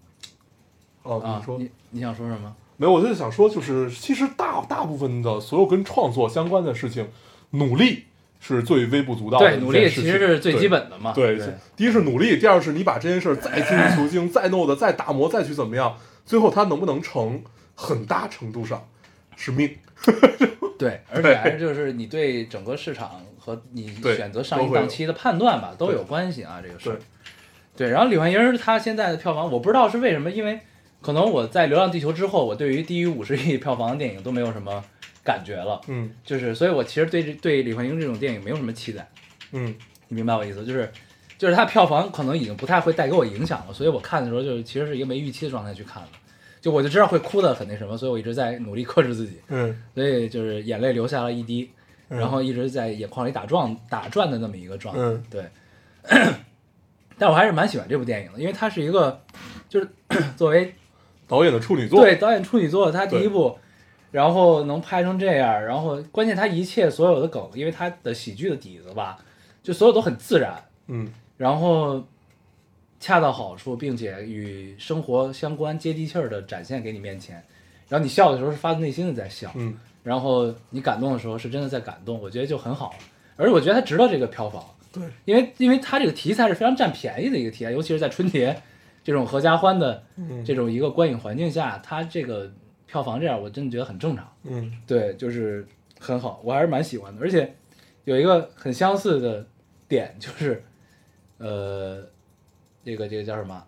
Speaker 2: 哦，
Speaker 1: 啊
Speaker 2: 你，说
Speaker 1: 你你想说什么？
Speaker 2: 没有？我就想说，就是其实大大部分的所有跟创作相关的事情，努力是最微不足道的
Speaker 1: 对，
Speaker 2: 一件
Speaker 1: 努力
Speaker 2: 事
Speaker 1: 其
Speaker 2: 情
Speaker 1: 实是最
Speaker 2: 对
Speaker 1: 基本的嘛。
Speaker 2: 对，
Speaker 1: 对
Speaker 2: 是第一是努力，第二是你把这件事儿再精益求精，再弄的再打磨，再去怎么样，最后它能不能成，很大程度上是命。
Speaker 1: 对，而且还是就是你对整个市场和你
Speaker 2: 对
Speaker 1: 选择上
Speaker 2: 都
Speaker 1: 一
Speaker 2: 会有
Speaker 1: 档期的判断吧，都
Speaker 2: 对
Speaker 1: 有关系啊，这个事儿
Speaker 2: 对。
Speaker 1: 对，然后李焕英她现在的票房，我不知道是为什么，因为可能我在《流浪地球》之后，我对于低于五十亿票房的电影都没有什么感觉了，
Speaker 2: 嗯
Speaker 1: 就是，所以我其实对这对李焕英这种电影没有什么期待，
Speaker 2: 嗯
Speaker 1: 你明白我意思？就是，就是它票房可能已经不太会带给我影响了，所以我看的时候就是其实是一个没预期的状态去看的，就我就知道会哭的很那什么，所以我一直在努力克制自己。
Speaker 2: 嗯
Speaker 1: 所以就是眼泪流下了一滴，
Speaker 2: 嗯
Speaker 1: 然后一直在眼眶里打转打转的那么一个状态。
Speaker 2: 嗯
Speaker 1: 对， 但我还是蛮喜欢这部电影的，因为它是一个，就是 作为
Speaker 2: 导演的处女作，
Speaker 1: 对导演处女作，他第一部，然后能拍成这样，然后关键他一切所有的梗，因为他的喜剧的底子吧，就所有都很自然，
Speaker 2: 嗯
Speaker 1: 然后恰到好处，并且与生活相关、接地气儿的展现给你面前。然后你笑的时候是发自内心的在笑，
Speaker 2: 嗯
Speaker 1: 然后你感动的时候是真的在感动，我觉得就很好。而且我觉得它值得这个票房，
Speaker 2: 对，
Speaker 1: 因为因为它这个题材是非常占便宜的一个题材，尤其是在春节这种合家欢的
Speaker 2: 嗯
Speaker 1: 这种一个观影环境下，它这个票房这样，我真的觉得很正常。
Speaker 2: 嗯
Speaker 1: 对，就是很好，我还是蛮喜欢的。而且有一个很相似的点，就是呃，这个这个叫什么？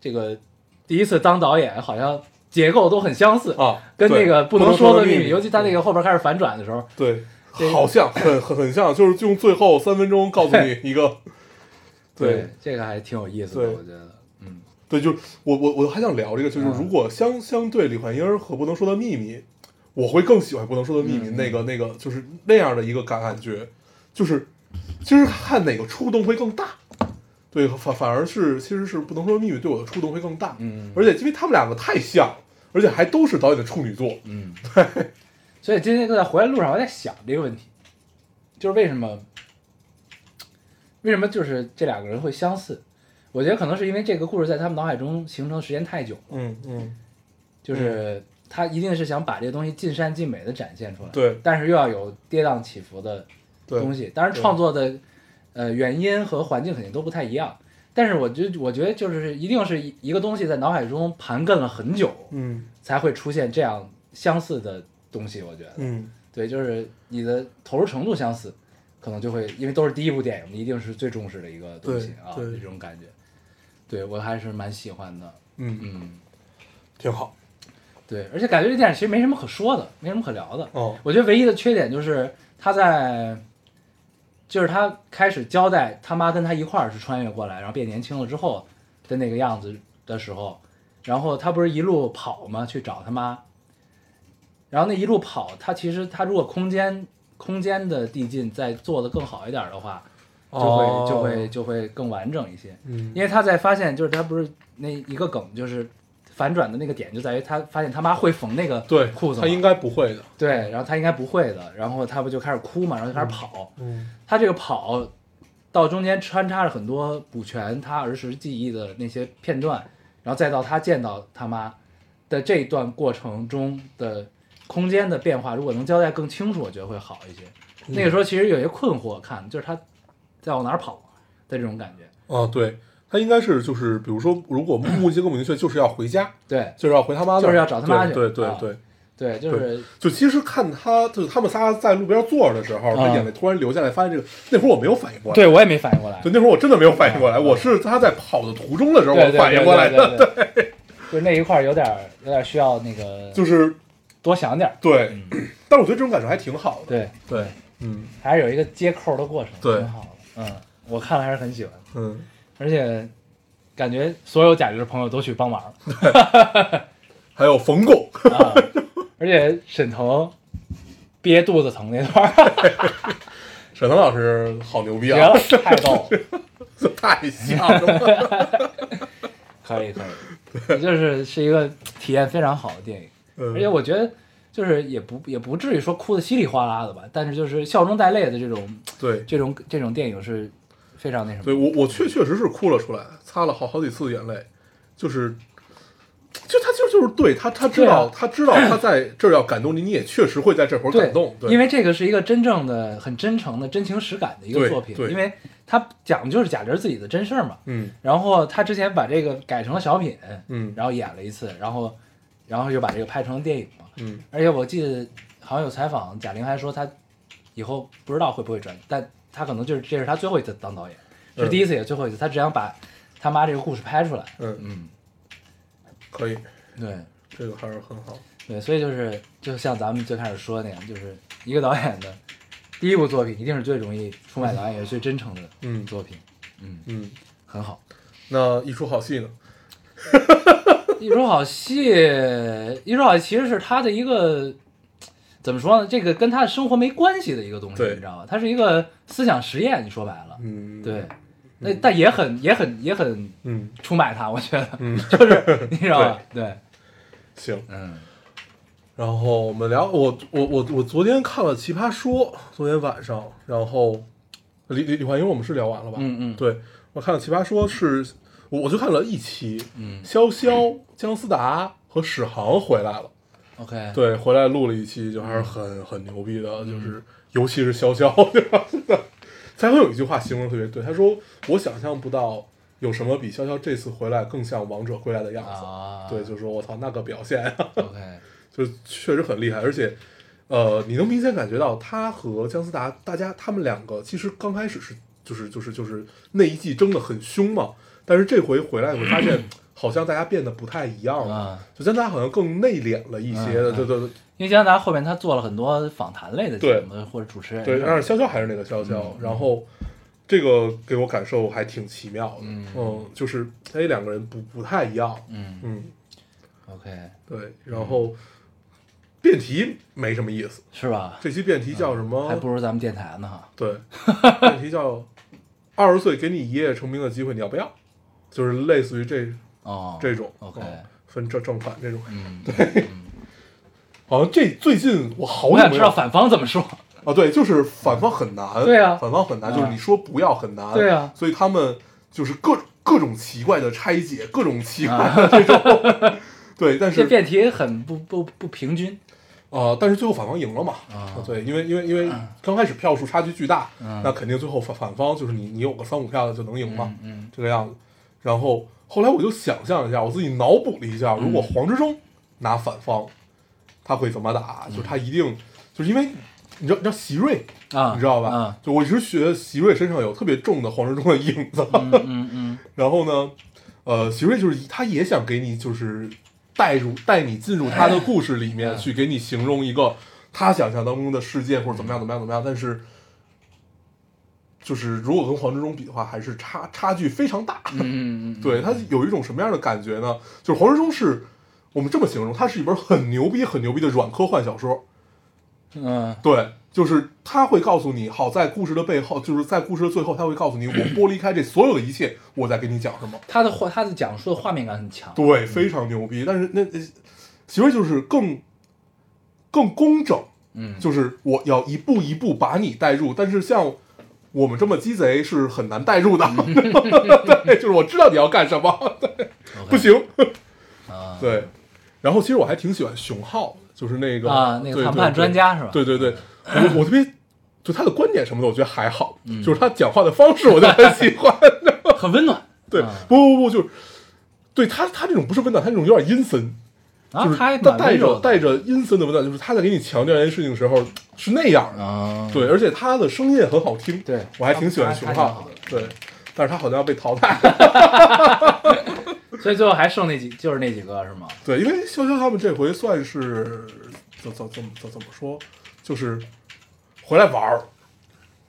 Speaker 1: 这个第一次当导演，好像结构都很相似
Speaker 2: 啊，
Speaker 1: 跟那
Speaker 2: 对
Speaker 1: 个
Speaker 2: 不
Speaker 1: 能
Speaker 2: 说
Speaker 1: 的秘
Speaker 2: 密，嗯
Speaker 1: 尤其他那个后边开始反转的时候，
Speaker 2: 对，
Speaker 1: 对
Speaker 2: 好像很很很像，就是用最后三分钟告诉你一个，对
Speaker 1: 这个还挺有意思的，
Speaker 2: 对
Speaker 1: 我觉得，嗯，
Speaker 2: 对，就是我我我还想聊这个，就是如果相相对李焕英和《不能说的秘密》，我会更喜欢《不能说的秘密》
Speaker 1: 嗯
Speaker 2: 那个那个就是那样的一个感感觉，就是其实看哪个触动会更大，对，反反而是其实是《不能说的秘密》对我的触动会更大，
Speaker 1: 嗯
Speaker 2: 而且因为他们两个太像，而且还都是导演的处女作，
Speaker 1: 嗯，所以今天在回来路上，我在想这个问题，就是为什么，为什么就是这两个人会相似？我觉得可能是因为这个故事在他们脑海中形成时间太久了，
Speaker 2: 嗯嗯，
Speaker 1: 就是他一定是想把这个东西尽善尽美的展现出来，
Speaker 2: 对
Speaker 1: 但是又要有跌宕起伏的
Speaker 2: 对，
Speaker 1: 东西。当然，
Speaker 2: 对
Speaker 1: 创作的呃原因和环境肯定都不太一样，但是我觉得我觉得就是一定是一一个东西在脑海中盘亘了很久，
Speaker 2: 嗯
Speaker 1: 才会出现这样相似的东西。我觉得，
Speaker 2: 嗯
Speaker 1: 对，就是你的投入程度相似，可能就会因为都是第一部电影，你一定是最重视的一个东西
Speaker 2: 对
Speaker 1: 啊，这
Speaker 2: 对
Speaker 1: 种感觉。对我还是蛮喜欢的，
Speaker 2: 嗯，
Speaker 1: 嗯，
Speaker 2: 挺好，
Speaker 1: 对，而且感觉这电影其实没什么可说的，没什么可聊的，
Speaker 2: 哦，
Speaker 1: 我觉得唯一的缺点就是他在，就是他开始交代他妈跟他一块儿是穿越过来，然后变年轻了之后的那个样子的时候，然后他不是一路跑吗？去找他妈，然后那一路跑，他其实他如果空间空间的递进再做得更好一点的话，就会、
Speaker 2: 哦
Speaker 1: 就会就会更完整一些。
Speaker 2: 嗯
Speaker 1: 因为他在发现，就是他不是那一个梗，就是反转的那个点就在于他发现他妈会缝那个
Speaker 2: 对
Speaker 1: 裤子嘛，
Speaker 2: 他应该不会的，
Speaker 1: 对，然后他应该不会的，然后他不就开始哭嘛，然后就开始跑。
Speaker 2: 嗯
Speaker 1: 他这个跑到中间穿插着很多补全他儿时记忆的那些片段，然后再到他见到他妈的这一段过程中的空间的变化，如果能交代更清楚，我觉得会好一些。那个时候其实有些困惑看，就是他在往哪儿跑的这种感觉。
Speaker 2: 啊，对他应该是就是比如说，如果目的更明确，就是要回家，
Speaker 1: 对
Speaker 2: 就是要回他妈那儿，
Speaker 1: 就是要找他妈去
Speaker 2: 对对
Speaker 1: 啊
Speaker 2: 对
Speaker 1: 对，
Speaker 2: 对，
Speaker 1: 就是
Speaker 2: 就其实看他就是他们仨在路边坐着的时候，他
Speaker 1: 啊
Speaker 2: 眼泪突然流下来，发现这个那会儿我没有反应过来，
Speaker 1: 对我也没反应过来。
Speaker 2: 对，那会儿我真的没有反应过来，我是他在跑的途中的时候我反应过来的，
Speaker 1: 对对对对，就是那一块儿有点儿有点儿需要那个
Speaker 2: 就是
Speaker 1: 多想点儿。
Speaker 2: 对，但是我觉得这种感受还挺好的，
Speaker 1: 嗯对，
Speaker 2: 对，嗯
Speaker 1: 还是有一个接扣的过程，
Speaker 2: 对
Speaker 1: 挺好的。嗯，我看了还是很喜欢，
Speaker 2: 嗯，
Speaker 1: 而且感觉所有甲鱼的朋友都去帮忙 了
Speaker 2: 还有冯巩，
Speaker 1: 啊，而且沈腾憋肚子疼那段 儿，
Speaker 2: 沈腾老师好牛逼
Speaker 1: 绝
Speaker 2: 啊
Speaker 1: 了，，太逗了，
Speaker 2: 太像了，
Speaker 1: 可以可以，就是是一个体验非常好的电影，
Speaker 2: 嗯
Speaker 1: 而且我觉得。就是也不也不至于说哭的稀里哗啦的吧，但是就是笑中带泪的这种
Speaker 2: 对。
Speaker 1: 这种这种电影是非常那什么
Speaker 2: 对我，我确确实是哭了出来，擦了好好几次眼泪，就是，就他就就是对他，他知道、
Speaker 1: 对啊
Speaker 2: 他知道他在这儿要感动你，你也确实会在这会儿
Speaker 1: 对，
Speaker 2: 感动，对，
Speaker 1: 因为这个是一个真正的、很真诚的、真情实感的一个
Speaker 2: 对
Speaker 1: 作品，
Speaker 2: 对
Speaker 1: 因为他讲的就是贾玲自己的真事儿嘛。
Speaker 2: 嗯
Speaker 1: 然后他之前把这个改成了小品，
Speaker 2: 嗯
Speaker 1: 然后演了一次，然后然后就把这个拍成了电影嘛。
Speaker 2: 嗯，
Speaker 1: 而且我记得好像有采访，贾玲还说她以后不知道会不会转，但她可能就是这是她最后一次当导演，这是
Speaker 2: 嗯
Speaker 1: 第一次也是最后一次，她只想把他妈这个故事拍出来。
Speaker 2: 嗯，
Speaker 1: 嗯，
Speaker 2: 可以，
Speaker 1: 对。
Speaker 2: 这个还是很好，
Speaker 1: 对，所以就是就像咱们最开始说的那样，就是一个导演的第一部作品一定是最容易出卖导演，也是最真诚的
Speaker 2: 嗯
Speaker 1: 作品，嗯，
Speaker 2: 嗯，
Speaker 1: 很好。
Speaker 2: 那一出好戏呢？
Speaker 1: 一出好戏，一出好戏其实是他的一个怎么说呢？这个跟他的生活没关系的一个东西，
Speaker 2: 对
Speaker 1: 你知道吧？它是一个思想实验，你说白了，
Speaker 2: 嗯，
Speaker 1: 对。那但也很也很也很
Speaker 2: 嗯，
Speaker 1: 出卖他，我觉得，
Speaker 2: 嗯
Speaker 1: 就是你知道吧？对，
Speaker 2: 行，
Speaker 1: 嗯，
Speaker 2: 然后我们聊，我我我我昨天看了《奇葩说》，昨天晚上，然后李李李焕英我们是聊完了吧？
Speaker 1: 嗯嗯
Speaker 2: 对我看了《奇葩说》是，我我就看了一期，
Speaker 1: 嗯
Speaker 2: 潇潇、姜思达和史航回来了，
Speaker 1: ，OK，
Speaker 2: 对，回来录了一期，就
Speaker 1: 嗯
Speaker 2: 还是很很牛逼的，就是尤其是潇 潇，对吧？真的，蔡康永有一句话形容得特别对，他说：“我想象不到有什么比潇潇这次回来更像王者归来的样子。
Speaker 1: 啊，
Speaker 2: 对，就是说我操那个表现啊！
Speaker 1: ，OK，
Speaker 2: 就是确实很厉害，而且，呃，你能明显感觉到他和姜思达，大家他们两个其实刚开始是就是就是就是那一季争得很凶嘛，但是这回回来你会发现，好像大家变得不太一样了，
Speaker 1: 啊
Speaker 2: 就姜思达好像更内敛了一些，
Speaker 1: 嗯嗯
Speaker 2: 对对对
Speaker 1: 因为姜达后面他做了很多访谈类的节目或者主持人，
Speaker 2: 对，但是潇潇还是那个潇潇，
Speaker 1: 嗯
Speaker 2: 然后这个给我感受还挺奇妙的，嗯
Speaker 1: 嗯
Speaker 2: 就是哎两个人不不太一样，
Speaker 1: 嗯
Speaker 2: 嗯，
Speaker 1: ，OK，
Speaker 2: 对，然后辩题没什么意思，
Speaker 1: 是吧？
Speaker 2: 这期辩题叫什么？
Speaker 1: 嗯还不如咱们电台呢，
Speaker 2: 对， 问题叫二十岁给你一夜成名的机会，你要不要？就是类似于这
Speaker 1: 哦，
Speaker 2: 这种
Speaker 1: OK
Speaker 2: 嗯分正正反这种。
Speaker 1: 嗯，
Speaker 2: 好像这最近我好久
Speaker 1: 我想
Speaker 2: 没
Speaker 1: 知
Speaker 2: 有
Speaker 1: 道反方怎么说，
Speaker 2: 啊，对，就是反方很难，
Speaker 1: 对啊
Speaker 2: 反方很难，
Speaker 1: 啊
Speaker 2: 就是你说不要很难，
Speaker 1: 对啊
Speaker 2: 所以他们就是各各种奇怪的拆解，各种奇怪的这种。 对，但
Speaker 1: 啊这
Speaker 2: 是
Speaker 1: 辩题很不不不平均，
Speaker 2: 啊，但是最后反方赢了嘛？
Speaker 1: 啊
Speaker 2: 对，因为因为因为刚开始票数差距巨大，
Speaker 1: 嗯
Speaker 2: 那肯定最后反反方就是你你有个三五票的就能赢嘛，
Speaker 1: 嗯嗯
Speaker 2: 这个样子。然后后来我就想象一下，我自己脑补了一下，如果黄执中拿反方，他会怎么打？就是他一定就是因为你知道你知道席瑞、
Speaker 1: 啊，
Speaker 2: 你知道吧？
Speaker 1: 啊
Speaker 2: 就我一直学席瑞身上有特别重的黄执中的影子。
Speaker 1: 嗯嗯嗯
Speaker 2: 然后呢，呃，席瑞就是他也想给你就是带入带你进入他的故事里
Speaker 1: 嗯
Speaker 2: 面去，给你形容一个他想象当中的世界或者怎么样怎么样怎么样，但是。就是如果跟黄执中比的话，还是差差距非常大。
Speaker 1: 嗯嗯嗯，
Speaker 2: 对他有一种什么样的感觉呢？就是黄执中是我们这么形容，它是一本很牛逼、很牛逼的软科幻小说。
Speaker 1: 嗯，
Speaker 2: 对，就是他会告诉你，好在故事的背后，就是在故事的最后，他会告诉你，我剥离开这所有的一切，我在跟你讲什么。
Speaker 1: 他的画，他的讲述的画面感很强。
Speaker 2: 对，非常牛逼。但是那呃媳妇儿就是更更工整，
Speaker 1: 嗯，
Speaker 2: 就是我要一步一步把你带入。但是像我们这么鸡贼是很难带入的，
Speaker 1: 嗯
Speaker 2: 对，就是我知道你要干什么，不行，
Speaker 1: 啊，
Speaker 2: 对。然后其实我还挺喜欢熊浩的，就是那个
Speaker 1: 啊那个
Speaker 2: 对
Speaker 1: 谈判
Speaker 2: 对
Speaker 1: 专家是吧嗯
Speaker 2: 对对对，我我特别。就他的观点什么的，我觉得还好，就是他讲话的方式，我就很 喜欢。
Speaker 1: 很温暖
Speaker 2: 对，
Speaker 1: 啊
Speaker 2: 不不不，就是对他他这种不是温暖，他这种有点阴森，
Speaker 1: 啊
Speaker 2: 就，是
Speaker 1: 他也
Speaker 2: 带
Speaker 1: 蛮
Speaker 2: 带
Speaker 1: 温柔
Speaker 2: 着
Speaker 1: 的
Speaker 2: 带着阴森的味道，就是他在给你强调一件事情的时候是那样的，
Speaker 1: 啊，
Speaker 2: 对，而且他的声音也很好听，
Speaker 1: 对
Speaker 2: 我还挺喜欢
Speaker 1: 他
Speaker 2: 熊
Speaker 1: 他
Speaker 2: 浩
Speaker 1: 他挺好的
Speaker 2: 对，但是他好像要被淘汰，
Speaker 1: 所以最后还剩那几，就是那几个是吗？
Speaker 2: 对，因为潇潇他们这回算是怎怎怎么怎怎么说，就是回来玩儿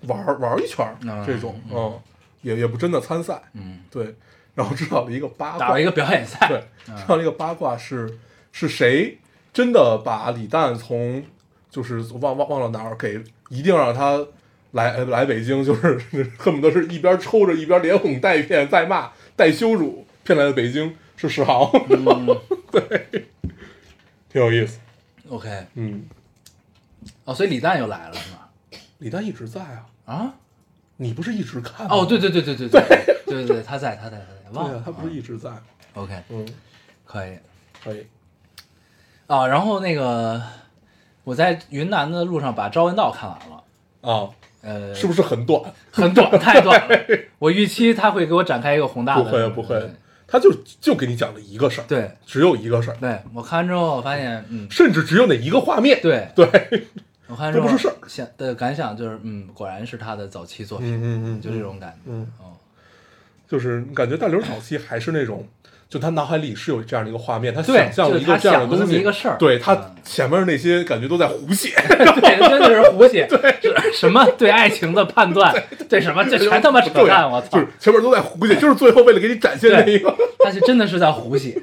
Speaker 2: 玩儿玩儿一圈儿
Speaker 1: 嗯
Speaker 2: 这种，嗯，也也不真的参赛，
Speaker 1: 嗯，
Speaker 2: 对，然后知道了一个八
Speaker 1: 打了
Speaker 2: 卦
Speaker 1: 一个表演赛，
Speaker 2: 对，知道这个八卦是是谁真的把李诞从就是忘忘忘了哪儿给一定让他来呃来北京，就是 恨不得是一边抽着一边连哄带骗再骂带羞辱骗来的北京是史航，
Speaker 1: 嗯
Speaker 2: 对，挺有意思，
Speaker 1: ，OK，
Speaker 2: 嗯，
Speaker 1: 哦，所以李诞又来了是吗？
Speaker 2: 李诞一直在啊，
Speaker 1: 啊，
Speaker 2: 你不是一直看吗
Speaker 1: 哦，对对对对对对对对对，他在他在他在，
Speaker 2: 对
Speaker 1: 忘
Speaker 2: 啊
Speaker 1: 了，
Speaker 2: 他不是一直在吗？
Speaker 1: OK，
Speaker 2: 嗯，
Speaker 1: 可以
Speaker 2: 可以，
Speaker 1: 啊。然后那个我在云南的路上把《朝闻道》看完了，
Speaker 2: 啊，
Speaker 1: 呃，
Speaker 2: 是不是很短？
Speaker 1: 很短，太短了。 我预期他会给我展开一个宏大
Speaker 2: 不
Speaker 1: 的，
Speaker 2: 会不会，他就就给你讲了一个事儿，
Speaker 1: 对
Speaker 2: 只有一个事儿，
Speaker 1: 对，我看完之后我发现，嗯，
Speaker 2: 甚至只有那一个画面。
Speaker 1: 对，
Speaker 2: 对，
Speaker 1: 我看完之
Speaker 2: 这
Speaker 1: 后
Speaker 2: 不是事儿
Speaker 1: 想的感想就是，嗯，果然是他的早期作品，
Speaker 2: 嗯嗯
Speaker 1: 就这种感觉。
Speaker 2: 嗯，
Speaker 1: 哦，
Speaker 2: 就是感觉大刘早期还是那种，就他脑海里是有这样的一个画面，他
Speaker 1: 对
Speaker 2: 想象了一个这样的
Speaker 1: 就是他想的
Speaker 2: 东
Speaker 1: 这么
Speaker 2: 西，
Speaker 1: 一个事儿
Speaker 2: 对他
Speaker 1: 嗯
Speaker 2: 前面那些感觉都在胡写，
Speaker 1: 对，真的是胡 写，对，什么对爱情的判断，对什么，这全他妈扯
Speaker 2: 对，
Speaker 1: 淡，我操
Speaker 2: 就是！前面都在胡写，就是最后为了给你展现那一个，
Speaker 1: 他是真的是在胡写，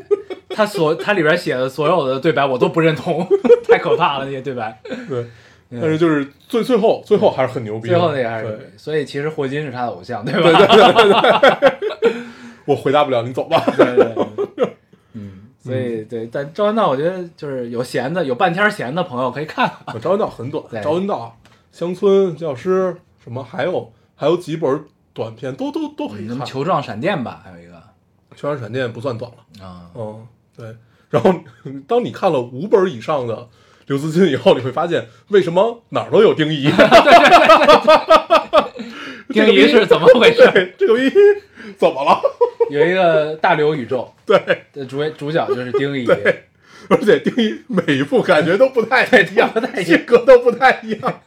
Speaker 1: 他所他里边写的所有的对白我都不认同， 太可怕了那些对白。
Speaker 2: 对，但是就是最最后最后还是很牛逼的，
Speaker 1: 最后那个还
Speaker 2: 对
Speaker 1: 是，所以其实霍金是他的偶像，对
Speaker 2: 对
Speaker 1: 吧？
Speaker 2: 对对对对，我回答不了，你走 吧。
Speaker 1: 对对对，对嗯，所以对，但赵文道我觉得就是有闲的有半天闲的朋友可以 看看。
Speaker 2: 朝闻道很短
Speaker 1: 对，
Speaker 2: 朝闻道、乡村教师什么，还有还有几本短片都都都可以
Speaker 1: 什
Speaker 2: 看
Speaker 1: 么，球状闪电吧，还有一 个
Speaker 2: 全然闪电不算短了。
Speaker 1: 啊，
Speaker 2: 嗯，对。然后当你看了五本以上的刘慈欣以后，你会发现为什么哪儿都 有丁仪。
Speaker 1: 定义是怎么回 事？
Speaker 2: 对，这个逼怎么了？
Speaker 1: 有一个大刘宇宙，
Speaker 2: 对，
Speaker 1: 的主演主角就是丁仪，
Speaker 2: 而且丁仪每一部感觉都不太一样，
Speaker 1: 都不太一样
Speaker 2: 性格都不太一样。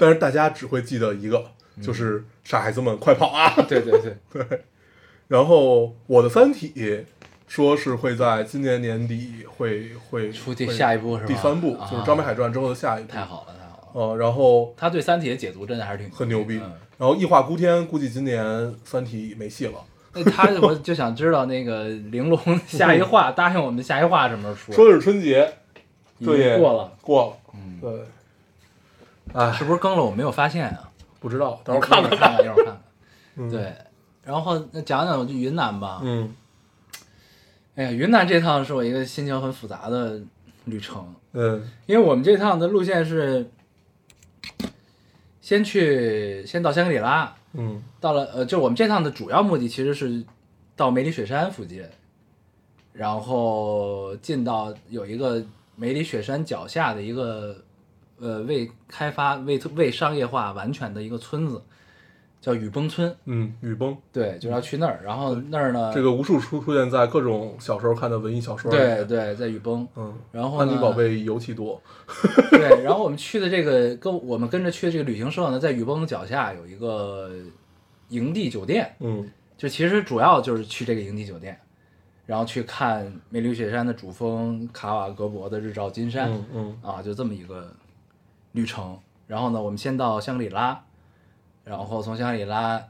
Speaker 2: 但是大家只会记得一个，
Speaker 1: 嗯
Speaker 2: 就是傻孩子们快跑啊！
Speaker 1: 对对对，
Speaker 2: 然后我的《三体》说是会在今年年底会会
Speaker 1: 出第
Speaker 2: 会
Speaker 1: 下一部是吧
Speaker 2: 第三部就是
Speaker 1: 啊
Speaker 2: 《张北海传》之后的下一部。
Speaker 1: 太好了太好了，
Speaker 2: 呃，然后
Speaker 1: 他对《三体》的解读真的还是挺
Speaker 2: 很牛逼。
Speaker 1: 嗯
Speaker 2: 然后《异化孤天》估计今年《三体》没戏了。
Speaker 1: 那他我就想知道那个玲珑下一话答应我们下一话什么时候
Speaker 2: 说的是春节，
Speaker 1: 已经
Speaker 2: 这也
Speaker 1: 过了，嗯
Speaker 2: 过了。对，哎，
Speaker 1: 是不是更了我没有发现啊？
Speaker 2: 不知道，到
Speaker 1: 等
Speaker 2: 时
Speaker 1: 会
Speaker 2: 候看
Speaker 1: 看
Speaker 2: 看。
Speaker 1: 看，一会儿看看。
Speaker 2: 嗯，
Speaker 1: 对，然后那讲讲我去云南吧。
Speaker 2: 嗯，
Speaker 1: 哎呀，云南这趟是我一个心情很复杂的旅程，
Speaker 2: 嗯
Speaker 1: 因为我们这趟的路线是先去先到香格里拉，
Speaker 2: 嗯
Speaker 1: 到了呃，就我们这趟的主要目的其实是到梅里雪山附近，然后进到有一个梅里雪山脚下的一个呃未开发、未未商业化完全的一个村子，叫雨崩村。
Speaker 2: 嗯，雨崩
Speaker 1: 对，就要去那儿，然后那儿呢，
Speaker 2: 这个无数出出现在各种小时候看的文艺小说。
Speaker 1: 对，对，在雨崩，
Speaker 2: 嗯，
Speaker 1: 然后
Speaker 2: 安
Speaker 1: 呢
Speaker 2: 妮宝贝尤其多。
Speaker 1: 对，然后我们去的这个跟我们跟着去的这个旅行社呢，在雨崩脚下有一个营地酒店，
Speaker 2: 嗯
Speaker 1: 就其实主要就是去这个营地酒店，然后去看梅里雪山的主峰卡瓦格博的日照金山，
Speaker 2: 嗯嗯
Speaker 1: 啊，就这么一个旅程。然后呢，我们先到香格里拉，然后从香格里拉，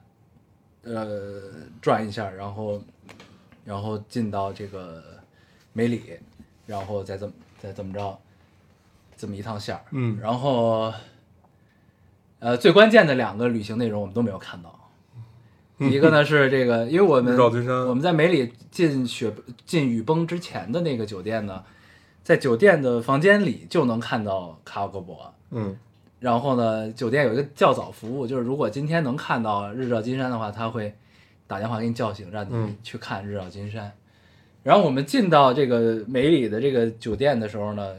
Speaker 1: 呃，转一下，然后，然后进到这个梅里，然后再这么再这么着，这么一趟线儿。
Speaker 2: 嗯
Speaker 1: 然后呃，最关键的两个旅行内容我们都没有看到。一个呢是这个，因为我们
Speaker 2: 日照金嗯山
Speaker 1: 我们在梅里进雪进雨崩之前的那个酒店呢，在酒店的房间里就能看到卡奥格博。
Speaker 2: 嗯
Speaker 1: 然后呢，酒店有一个较早服务，就是如果今天能看到日照金山的话，他会打电话给你叫醒，让你
Speaker 2: 嗯
Speaker 1: 去看日照金山。然后我们进到这个梅里的这个酒店的时候呢，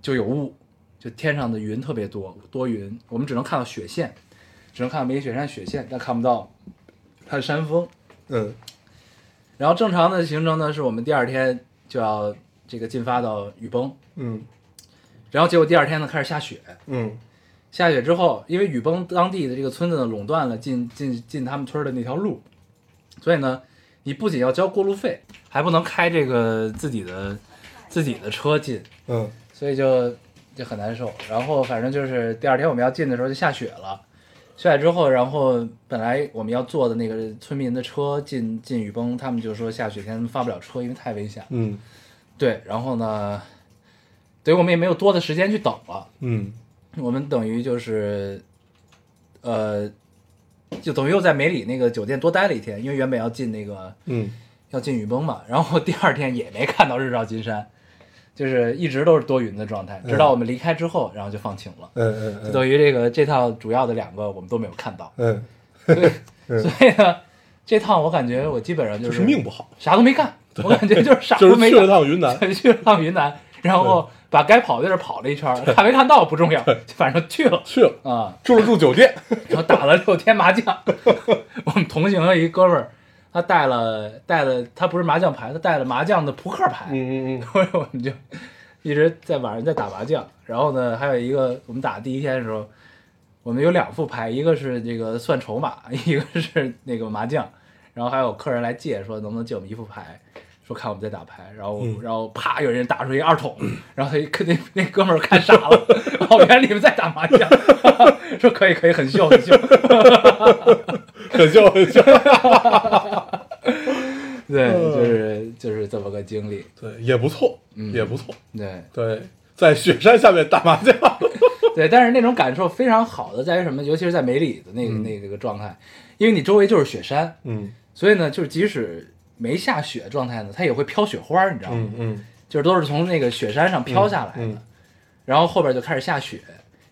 Speaker 1: 就有雾，就天上的云特别多，多云，我们只能看到雪线，只能看到梅里雪山雪线，但看不到它的山峰。
Speaker 2: 嗯
Speaker 1: 然后正常的行程呢，是我们第二天就要这个进发到雨崩，
Speaker 2: 嗯
Speaker 1: 然后结果第二天呢开始下雪，
Speaker 2: 嗯
Speaker 1: 下雪之后，因为雨崩当地的这个村子呢垄断了进进进他们村儿的那条路，所以呢，你不仅要交过路费，还不能开这个自己的自己的车进，
Speaker 2: 嗯
Speaker 1: 所以就就很难受。然后反正就是第二天我们要进的时候就下雪了，下雪之后，然后本来我们要坐的那个村民的车进进雨崩，他们就说下雪天发不了车，因为太危险了。
Speaker 2: 嗯
Speaker 1: 对，然后呢，对我们也没有多的时间去等了。
Speaker 2: 嗯
Speaker 1: 我们等于就是，呃，就等于又在梅里那个酒店多待了一天，因为原本要进那个
Speaker 2: 嗯
Speaker 1: 要进雨崩嘛，然后第二天也没看到日照金山，就是一直都是多云的状态，直到我们离开之后，然后就放晴了。
Speaker 2: 嗯
Speaker 1: 就
Speaker 2: 嗯
Speaker 1: 等于这个这套主要的两个我们都没有看到，
Speaker 2: 嗯，
Speaker 1: 所以呢，这趟我感觉我基本上就
Speaker 2: 就是是命不好，
Speaker 1: 啥都没干，我感觉就是啥
Speaker 2: 就
Speaker 1: 都
Speaker 2: 是
Speaker 1: 没
Speaker 2: 去了
Speaker 1: 干，
Speaker 2: 趟云南，
Speaker 1: 去去了趟云南，然后把该跑的地儿跑了一圈儿，看没看到不重要，反正去了
Speaker 2: 去了，
Speaker 1: 啊。
Speaker 2: 住了住酒店，
Speaker 1: 然后打了六天麻将。 我们同行的一哥们儿，他带了带了，他不是麻将牌，他带了麻将的扑克牌。
Speaker 2: 嗯嗯嗯
Speaker 1: 所以我们就一直在晚上在打麻将。然后呢，还有一个我们打第一天的时候，我们有两副牌，一个是这个算筹码， 一个是那个麻将。然后还有客人来借，说能不能借我们一副牌，说看我们在打牌。然后、
Speaker 2: 嗯
Speaker 1: 然后啪，有人打出一二筒，然后他一看那那哥们儿看傻了， 哦，原来你们在打麻将， 说可以可以，很秀很秀。
Speaker 2: 很像很像，
Speaker 1: 对，
Speaker 2: 嗯
Speaker 1: 就是就是这么个经历。
Speaker 2: 对，也不错，
Speaker 1: 嗯
Speaker 2: 也不错，
Speaker 1: 对，
Speaker 2: 对，在雪山下面打麻将，
Speaker 1: 对，但是那种感受非常好的在于什么？尤其是在梅里的那个、那个状态，因为你周围就是雪山，
Speaker 2: 嗯
Speaker 1: 所以呢，就是即使没下雪状态呢，它也会飘雪花，你知道吗？
Speaker 2: 嗯嗯
Speaker 1: 就是都是从那个雪山上飘下来的，
Speaker 2: 嗯
Speaker 1: 然后后边就开始下雪，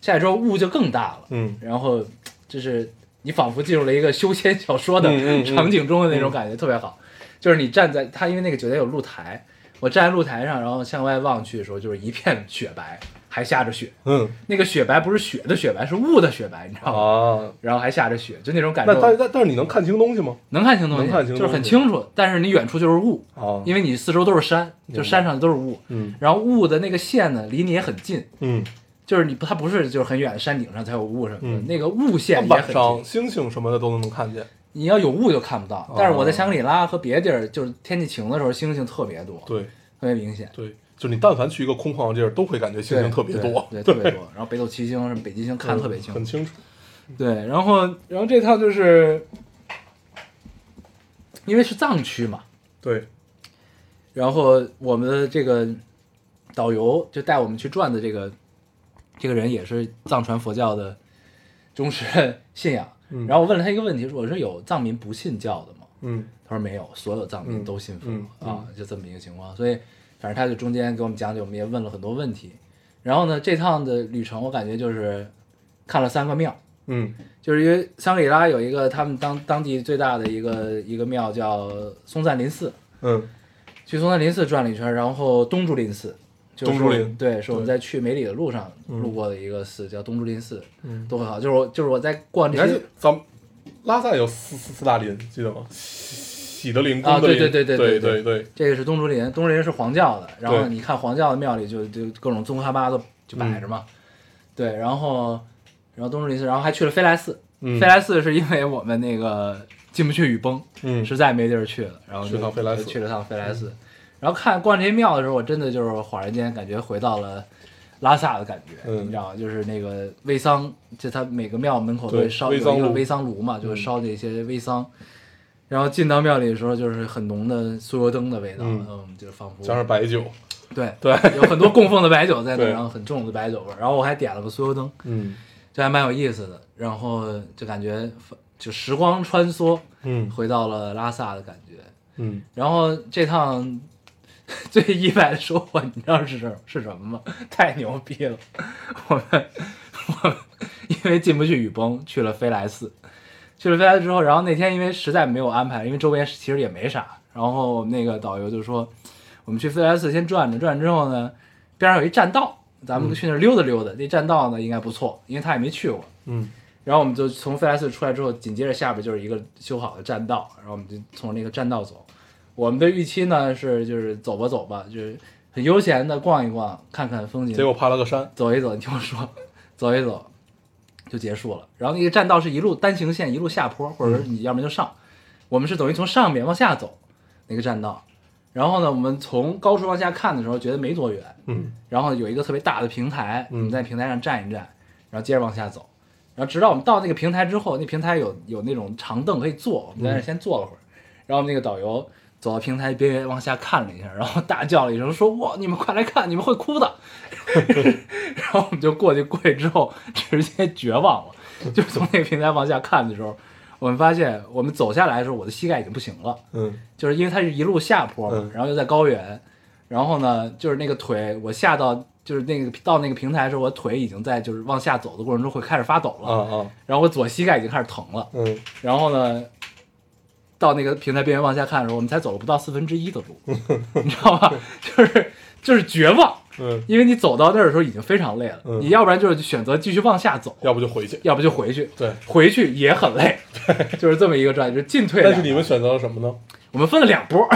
Speaker 1: 下雪之后雾就更大了，
Speaker 2: 嗯
Speaker 1: 然后就是你仿佛进入了一个修仙小说的
Speaker 2: 嗯嗯嗯
Speaker 1: 场景中的那种感觉，特别好。就是你站在它，因为那个酒店有露台，我站在露台上，然后向外望去的时候，就是一片雪白，还下着雪。
Speaker 2: 嗯
Speaker 1: 那个雪白不是雪的雪白，是雾的雪白，你知道吗？
Speaker 2: 啊，
Speaker 1: 然后还下着雪，就那种感
Speaker 2: 那但
Speaker 1: 受，
Speaker 2: 但但是你能看清东西吗？
Speaker 1: 能看清东西，
Speaker 2: 能看清
Speaker 1: 就是很
Speaker 2: 东西
Speaker 1: 清楚。但是你远处就是雾，
Speaker 2: 啊
Speaker 1: 因为你四周都是山，就山上都是雾。
Speaker 2: 嗯
Speaker 1: 然后雾的那个线呢，离你也很近，
Speaker 2: 嗯，
Speaker 1: 就是你不它不是就是很远的山顶上才有雾什么的，
Speaker 2: 嗯
Speaker 1: 那个雾线也
Speaker 2: 晚
Speaker 1: 很
Speaker 2: 上
Speaker 1: 近。
Speaker 2: 星星什么的都能看见，
Speaker 1: 你要有雾就看不到
Speaker 2: 哦。
Speaker 1: 但是我在香格里拉和别地儿，就是天气晴的时候，星星特别多，特别
Speaker 2: 对
Speaker 1: 明显。
Speaker 2: 对，就你但凡去一个空旷的地儿，都会感觉星
Speaker 1: 对
Speaker 2: 星特别多，
Speaker 1: 对，
Speaker 2: 嗯
Speaker 1: 对特别多。然后北斗七星、什么北极星看得特别清，
Speaker 2: 很清楚，
Speaker 1: 对，然后然后这趟就是因为是藏区嘛，
Speaker 2: 对，
Speaker 1: 然后我们的这个导游就带我们去转的这个这个人也是藏传佛教的忠实的信仰。
Speaker 2: 嗯
Speaker 1: 然后我问了他一个问题，说我说有藏民不信教的吗？
Speaker 2: 嗯
Speaker 1: 他说没有，所有藏民都信佛、
Speaker 2: 嗯嗯
Speaker 1: 啊，就这么一个情况。所以，反正他就中间给我们讲解，我们也问了很多问题。然后呢，这趟的旅程我感觉就是看了三个庙，
Speaker 2: 嗯
Speaker 1: 就是因为香格里拉有一个他们当当地最大的一个一个庙叫松赞林寺，
Speaker 2: 嗯
Speaker 1: 去松赞林寺转了一圈，然后东竹林寺，就是
Speaker 2: 东竹林
Speaker 1: 对，是我们
Speaker 2: 对
Speaker 1: 在去梅里的路上路过的一个寺，叫东竹林寺，
Speaker 2: 嗯，
Speaker 1: 都很好。就是我就是我在逛
Speaker 2: 你
Speaker 1: 这
Speaker 2: 还
Speaker 1: 些
Speaker 2: 记咱们拉萨有四四四大林，记得吗？喜德林、
Speaker 1: 啊
Speaker 2: 功德林，
Speaker 1: 对对对
Speaker 2: 对
Speaker 1: 对对
Speaker 2: 对对，
Speaker 1: 这个是东竹林，东竹林是黄教的，然后
Speaker 2: 对
Speaker 1: 你看黄教的庙里就就各种宗喀巴都就摆着
Speaker 2: 嗯
Speaker 1: 嘛，对，然后然后东竹林寺，然后还去了飞来寺，
Speaker 2: 嗯
Speaker 1: 飞来寺是因为我们那个进不去雨崩，
Speaker 2: 嗯
Speaker 1: 实在没地儿去了，然后就
Speaker 2: 去趟飞来寺
Speaker 1: 就去了趟飞来寺，然后看逛这些庙的时候，我真的就是恍然间感觉回到了。拉萨的感觉，
Speaker 2: 嗯
Speaker 1: 你知道吗？就是那个微桑，就它每个庙门口都会
Speaker 2: 对
Speaker 1: 烧有一
Speaker 2: 微桑嗯
Speaker 1: 个
Speaker 2: 炉
Speaker 1: 微桑炉嘛，就是烧那些微桑。然后进到庙里的时候，就是很浓的酥油灯的味道，
Speaker 2: 嗯
Speaker 1: 嗯，就是仿佛
Speaker 2: 加上白酒，
Speaker 1: 对
Speaker 2: 对
Speaker 1: 有很多供奉的白酒在那，
Speaker 2: 对
Speaker 1: 然后很重的白酒味儿。然后我还点了个酥油灯，
Speaker 2: 嗯
Speaker 1: 就还蛮有意思的。然后就感觉就时光穿梭，
Speaker 2: 嗯
Speaker 1: 回到了拉萨的感觉。
Speaker 2: 嗯，
Speaker 1: 然后这趟 最意外的收获，你知道是什是什么吗？太牛逼了！ 我们我们因为进不去雨崩，去了飞来寺。去了飞来寺之后，然后那天因为实在没有安排，因为周边其实也没啥，然后那个导游就说，我们去飞来寺先转转，转完之后呢，边上有一栈道，咱们去那儿溜达溜达。那栈道呢应该不错，因为他也没去过。
Speaker 2: 嗯
Speaker 1: 然后我们就从飞来寺出来之后，紧接着下边就是一个修好的栈道，然后我们就从那个栈道走。我们的预期呢是就是走吧走吧，就是很悠闲的逛一逛，看看风景，
Speaker 2: 结果爬了个山，
Speaker 1: 走一走，你听我说， 走一走就结束了。然后那个栈道是一路单行线，一路下坡，或者是你要不然就上。我们是等于从上面往下走那个栈道，然后呢，我们从高处往下看的时候觉得没多远，
Speaker 2: 嗯
Speaker 1: 然后有一个特别大的平台，
Speaker 2: 嗯
Speaker 1: 我们在平台上站一站，然后接着往下走，然后直到我们到那个平台之后，那平台有有那种长凳可以坐，我们在那儿先坐了会儿，然后我们那个导游走到平台边缘往下看了一下，然后大叫了一声说：“哇，你们快来看，你们会哭的。” 然后我们就过去，过去之后直接绝望了，就是从那个平台往下看的时候，我们发现我们走下来的时候，我的膝盖已经不行了。
Speaker 2: 嗯
Speaker 1: 就是因为它是一路下坡嘛，
Speaker 2: 嗯
Speaker 1: 然后又在高原，然后呢，就是那个腿，我下到就是那个到那个平台的时候，我腿已经在就是往下走的过程中会开始发抖了，
Speaker 2: 啊啊
Speaker 1: 然后我左膝盖已经开始疼了，
Speaker 2: 嗯
Speaker 1: 然后呢，到那个平台边缘往下看的时候，我们才走了不到四分之一的 路，你知道吧？就是就是绝望，
Speaker 2: 嗯，
Speaker 1: 因为你走到那儿的时候已经非常累了，
Speaker 2: 嗯
Speaker 1: 你要不然就是选择继续往下走，
Speaker 2: 要不就回去。
Speaker 1: 要不就回去，
Speaker 2: 对，
Speaker 1: 回去也很累，就是这么一个状态，就是进退两
Speaker 2: 但
Speaker 1: 难。
Speaker 2: 是你们选择了什么呢？
Speaker 1: 我们分了两波。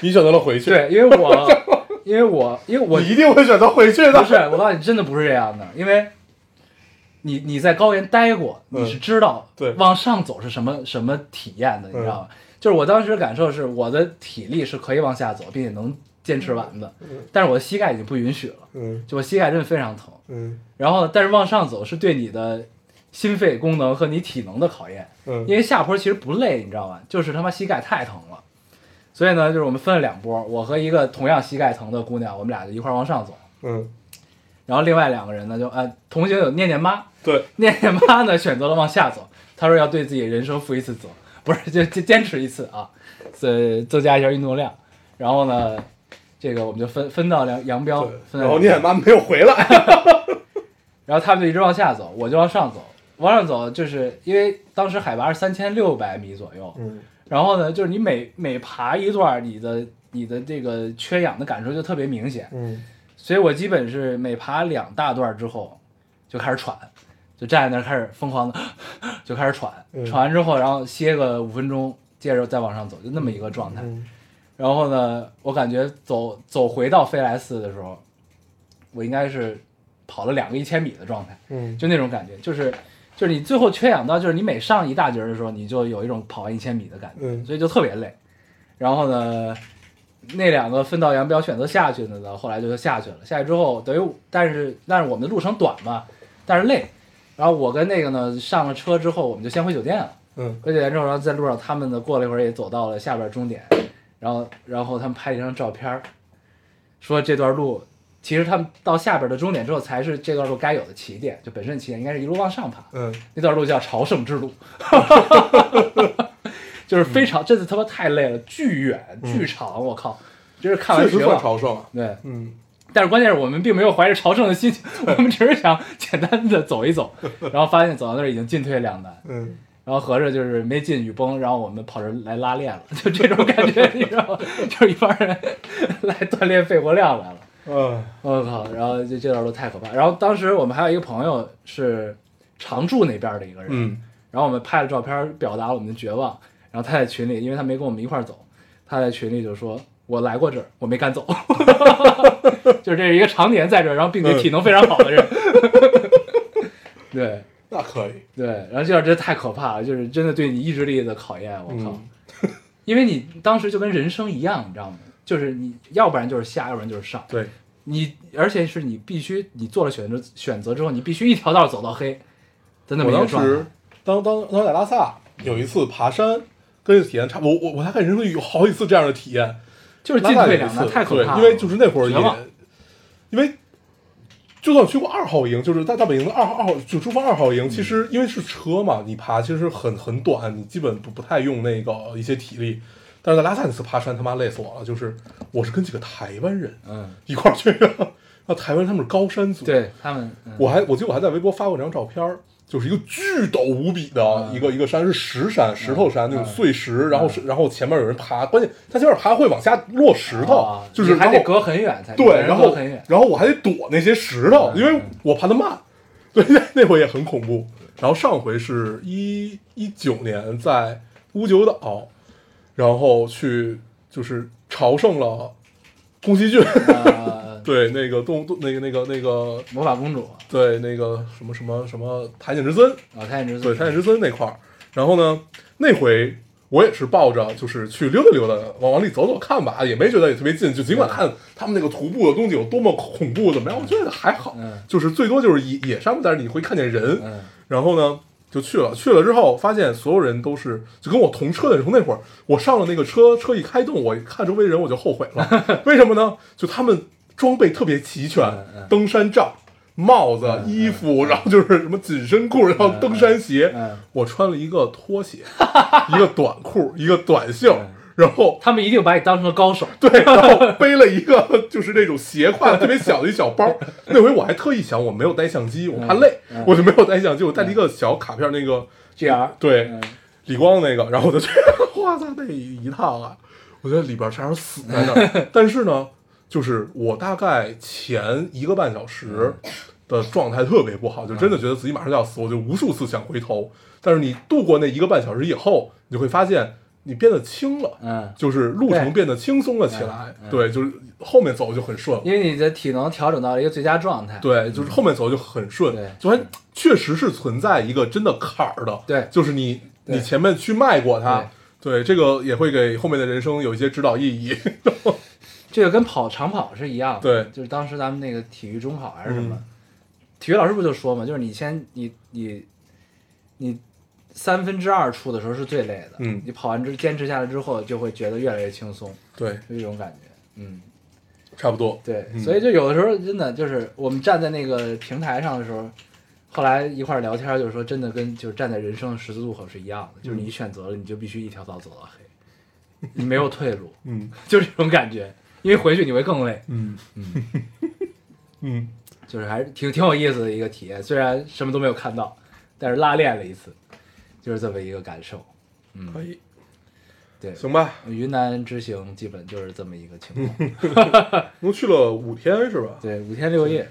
Speaker 2: 你选择了回 去，，
Speaker 1: 对，因为我，因为我，因为我
Speaker 2: 你一定会选择回去
Speaker 1: 不
Speaker 2: 的。
Speaker 1: 是，我告诉你，真的不是这样的，因为你你在高原待过，
Speaker 2: 嗯
Speaker 1: 你是知道
Speaker 2: 对嗯
Speaker 1: 往上走是什么什么体验的，你知道吗？就是我当时感受是我的体力是可以往下走，并且能坚持完的，但是我的膝盖已经不允许了，
Speaker 2: 嗯
Speaker 1: 就我膝盖真的非常疼。
Speaker 2: 嗯
Speaker 1: 然后呢，但是往上走是对你的心肺功能和你体能的考验，
Speaker 2: 嗯，
Speaker 1: 因为下坡其实不累，你知道吗？就是他妈膝盖太疼了，所以呢，就是我们分了两波，我和一个同样膝盖疼的姑娘，我们俩就一块儿往上走，
Speaker 2: 嗯，
Speaker 1: 然后另外两个人呢，就呃，同行有念念妈，
Speaker 2: 对，
Speaker 1: 念念妈呢选择了往下走，她说要对自己人生负一次责，不是就就坚持一次啊，呃，增加一下运动量，然后呢，这个我们就分分道扬扬镳，
Speaker 2: 对
Speaker 1: 分道
Speaker 2: 然后
Speaker 1: 扬
Speaker 2: 你
Speaker 1: 镳
Speaker 2: 奶妈没有回来。
Speaker 1: 然后他们就一直往下走，我就往上走，往上走就是因为当时海拔是三千六百米左右，
Speaker 2: 嗯
Speaker 1: 然后呢，就是你每每爬一段儿，你的你的这个缺氧的感受就特别明显，
Speaker 2: 嗯
Speaker 1: 所以我基本是每爬两大段儿之后就开始喘，就站在那儿开始疯狂的 就开始喘，
Speaker 2: 嗯
Speaker 1: 喘完之后，然后歇个五分钟，接着再往上走，就那么一个状态。
Speaker 2: 嗯
Speaker 1: 然后呢，我感觉走走回到飞来寺的时候，我应该是跑了两个一千米的状态。
Speaker 2: 嗯
Speaker 1: 就那种感觉，就是就是你最后缺氧到，就是你每上一大节儿的时候，你就有一种跑完一千米的感觉，
Speaker 2: 嗯
Speaker 1: 所以就特别累。然后呢，那两个分道扬镳选择下去的呢，后来就下去了。下去之后，等于但是但是我们的路程短嘛，但是累。然后我跟那个呢上了车之后，我们就先回酒店了。
Speaker 2: 嗯
Speaker 1: 回酒店之后，然后在路上他们呢过了一会儿也走到了下边终点，然后然后他们拍了一张照片儿，说这段路其实他们到下边的终点之后才是这段路该有的起点，就本身起点应该是一路往上爬，
Speaker 2: 嗯，
Speaker 1: 那段路叫朝圣之路， 就是非常这次他妈太累了，巨远巨长，我靠，真是看完
Speaker 2: 嗯确实
Speaker 1: 绝
Speaker 2: 算
Speaker 1: 望。
Speaker 2: 朝圣啊。
Speaker 1: 对，
Speaker 2: 嗯
Speaker 1: 但是关键是我们并没有怀着朝圣的心情， 我们只是想简单的走一走，然后发现走到那儿已经进退两难。
Speaker 2: 嗯
Speaker 1: 然后合着就是没进雨崩，然后我们跑这儿来拉练了， 就这种感觉，你知道吗？就是一帮人 来锻炼肺活量来了。
Speaker 2: 啊
Speaker 1: 我靠！然后就这段路太可怕。然后当时我们还有一个朋友是常驻那边的一个人，
Speaker 2: 嗯
Speaker 1: 然后我们拍了照片表达我们的绝望。然后他在群里，因为他没跟我们一块儿走，他在群里就说：“我来过这儿，我没敢 走。”就是这是一个常年在这儿，然后并且体能非常好的人。 对，
Speaker 2: 那可以。
Speaker 1: 对，然后这段真的太可怕了，就是真的对你意志力的考验，我靠！
Speaker 2: 嗯
Speaker 1: 因为你当时就跟人生一样，你知道吗？就是你要不然就是下，要不然就是上，
Speaker 2: 对，
Speaker 1: 你而且是你必须你做了选择选择之后，你必须一条道走到黑的那么
Speaker 2: 我
Speaker 1: 一个
Speaker 2: 当
Speaker 1: 状态
Speaker 2: 时。当当当时在拉萨有一次爬山，跟这体验差不多，我我我大概人生有好几次这样的体验，
Speaker 1: 就是
Speaker 2: 拉
Speaker 1: 进
Speaker 2: 萨有
Speaker 1: 退
Speaker 2: 一
Speaker 1: 两
Speaker 2: 次
Speaker 1: 难，太可怕了。
Speaker 2: 对因为就是那会儿
Speaker 1: 绝望
Speaker 2: 也，因为就算我去过二号营，就是在大本营的二号二号就珠峰二号营，其
Speaker 1: 嗯
Speaker 2: 实因为是车嘛，你爬其实很很短，你基本不不太用那个一些体力。但是在拉萨那次爬山，他妈累死我了，就是我是跟几个台湾人
Speaker 1: 嗯，
Speaker 2: 一块儿去的， 然后台湾他们是高山族，
Speaker 1: 对他们，嗯
Speaker 2: 我还我记得我还在微博发过张照片儿，就是一个巨陡无比
Speaker 1: 嗯
Speaker 2: 的一个、一个山，是石山、石头山那种碎石，然后是然后前面有人爬，关键他前面爬会往下落石头，
Speaker 1: 啊
Speaker 2: 就是
Speaker 1: 你还得
Speaker 2: 然后
Speaker 1: 隔很远才
Speaker 2: 对，
Speaker 1: 每人
Speaker 2: 然后
Speaker 1: 隔很远，
Speaker 2: 然后我还得躲那些石头，
Speaker 1: 嗯
Speaker 2: 因为我爬得慢， 对，那那回也很恐怖。然后上回是一一九年在乌九岛，然后去就是朝圣了宫崎骏，
Speaker 1: 呃，
Speaker 2: 对，那个动动那个那个那个
Speaker 1: 魔法公主，
Speaker 2: 对，那个什么什么什么《台剑之森》，
Speaker 1: 啊，太阳之子，
Speaker 2: 对，《台剑之森》那块儿。然后呢，那回我也是抱着就是去溜达溜达，往往里走走看吧，也没觉得也特别近。就尽管看他们那个徒步的东西有多么恐怖，怎么样，我觉得还好
Speaker 1: 嗯，
Speaker 2: 就是最多就是野野山，但是你会看见人。
Speaker 1: 嗯
Speaker 2: 然后呢，就去了。去了之后，发现所有人都是就跟我同车的时候，那会儿我上了那个车，车一开动，我看周围人我就后悔 了。为什么呢？就他们装备特别齐全，
Speaker 1: 嗯
Speaker 2: 登山杖、帽子、衣服，然后就是什么紧身裤，然后登山鞋。
Speaker 1: 嗯
Speaker 2: 我穿了一个拖鞋，一个短裤，一个短袖，
Speaker 1: 嗯
Speaker 2: 然后
Speaker 1: 他们一定把你当成了高手，
Speaker 2: 对，然后背了一个就是那种斜挎特别小的一小包。那回我还特意想，我没有带相机，我怕累，我就没有带相机，我带了一个小卡片，那个
Speaker 1: G R，
Speaker 2: 对
Speaker 1: 嗯
Speaker 2: 李光那个，然后我就去， 哇塞，那一趟啊，我觉得里边差点死在那儿。但是呢，就是我大概前一个半小时的状态特别不好，就真的觉得自己马上就要死，我就无数次想回头。但是你度过那一个半小时以后，你就会发现你变得轻了，
Speaker 1: 嗯，
Speaker 2: 就是路程
Speaker 1: 对
Speaker 2: 变得轻松了起来，对，就是后面走就很顺了，
Speaker 1: 因为你的体能调整到了一个最佳状态，
Speaker 2: 对，就是后面走就很顺
Speaker 1: 对，
Speaker 2: 就还确实是存在一个真的坎儿的，
Speaker 1: 对
Speaker 2: 就是你
Speaker 1: 对
Speaker 2: 你前面去迈过它，对，这个也会给后面的人生有一些指导意义，
Speaker 1: 这个跟跑长跑是一样的，
Speaker 2: 对
Speaker 1: 就是当时咱们那个体育中考还是什么，
Speaker 2: 嗯
Speaker 1: 体育老师不就说嘛，就是你先你你你三分之二处的时候是最累的，
Speaker 2: 嗯
Speaker 1: 你跑完之坚持下来之后，就会觉得越来越轻松，
Speaker 2: 对，
Speaker 1: 就这种感觉，嗯，
Speaker 2: 差不多，
Speaker 1: 对，
Speaker 2: 嗯
Speaker 1: 所以就有的时候真的就是我们站在那个平台上的时候。后来一块儿聊天，就是说真的跟就是站在人生的十字路口是一样的，
Speaker 2: 嗯
Speaker 1: 就是你选择了，你就必须一条道走到黑，你没有退路，
Speaker 2: 嗯
Speaker 1: 就是这种感觉。因为回去你会更累，
Speaker 2: 嗯 嗯
Speaker 1: 就是还是挺挺有意思的一个体验。虽然什么都没有看到，但是拉练了一次，就是这么一个感受。
Speaker 2: 嗯，可以，
Speaker 1: 对，
Speaker 2: 行吧，
Speaker 1: 云南之行基本就是这么一个情况。
Speaker 2: 我去了五天是吧？
Speaker 1: 对，五天六夜，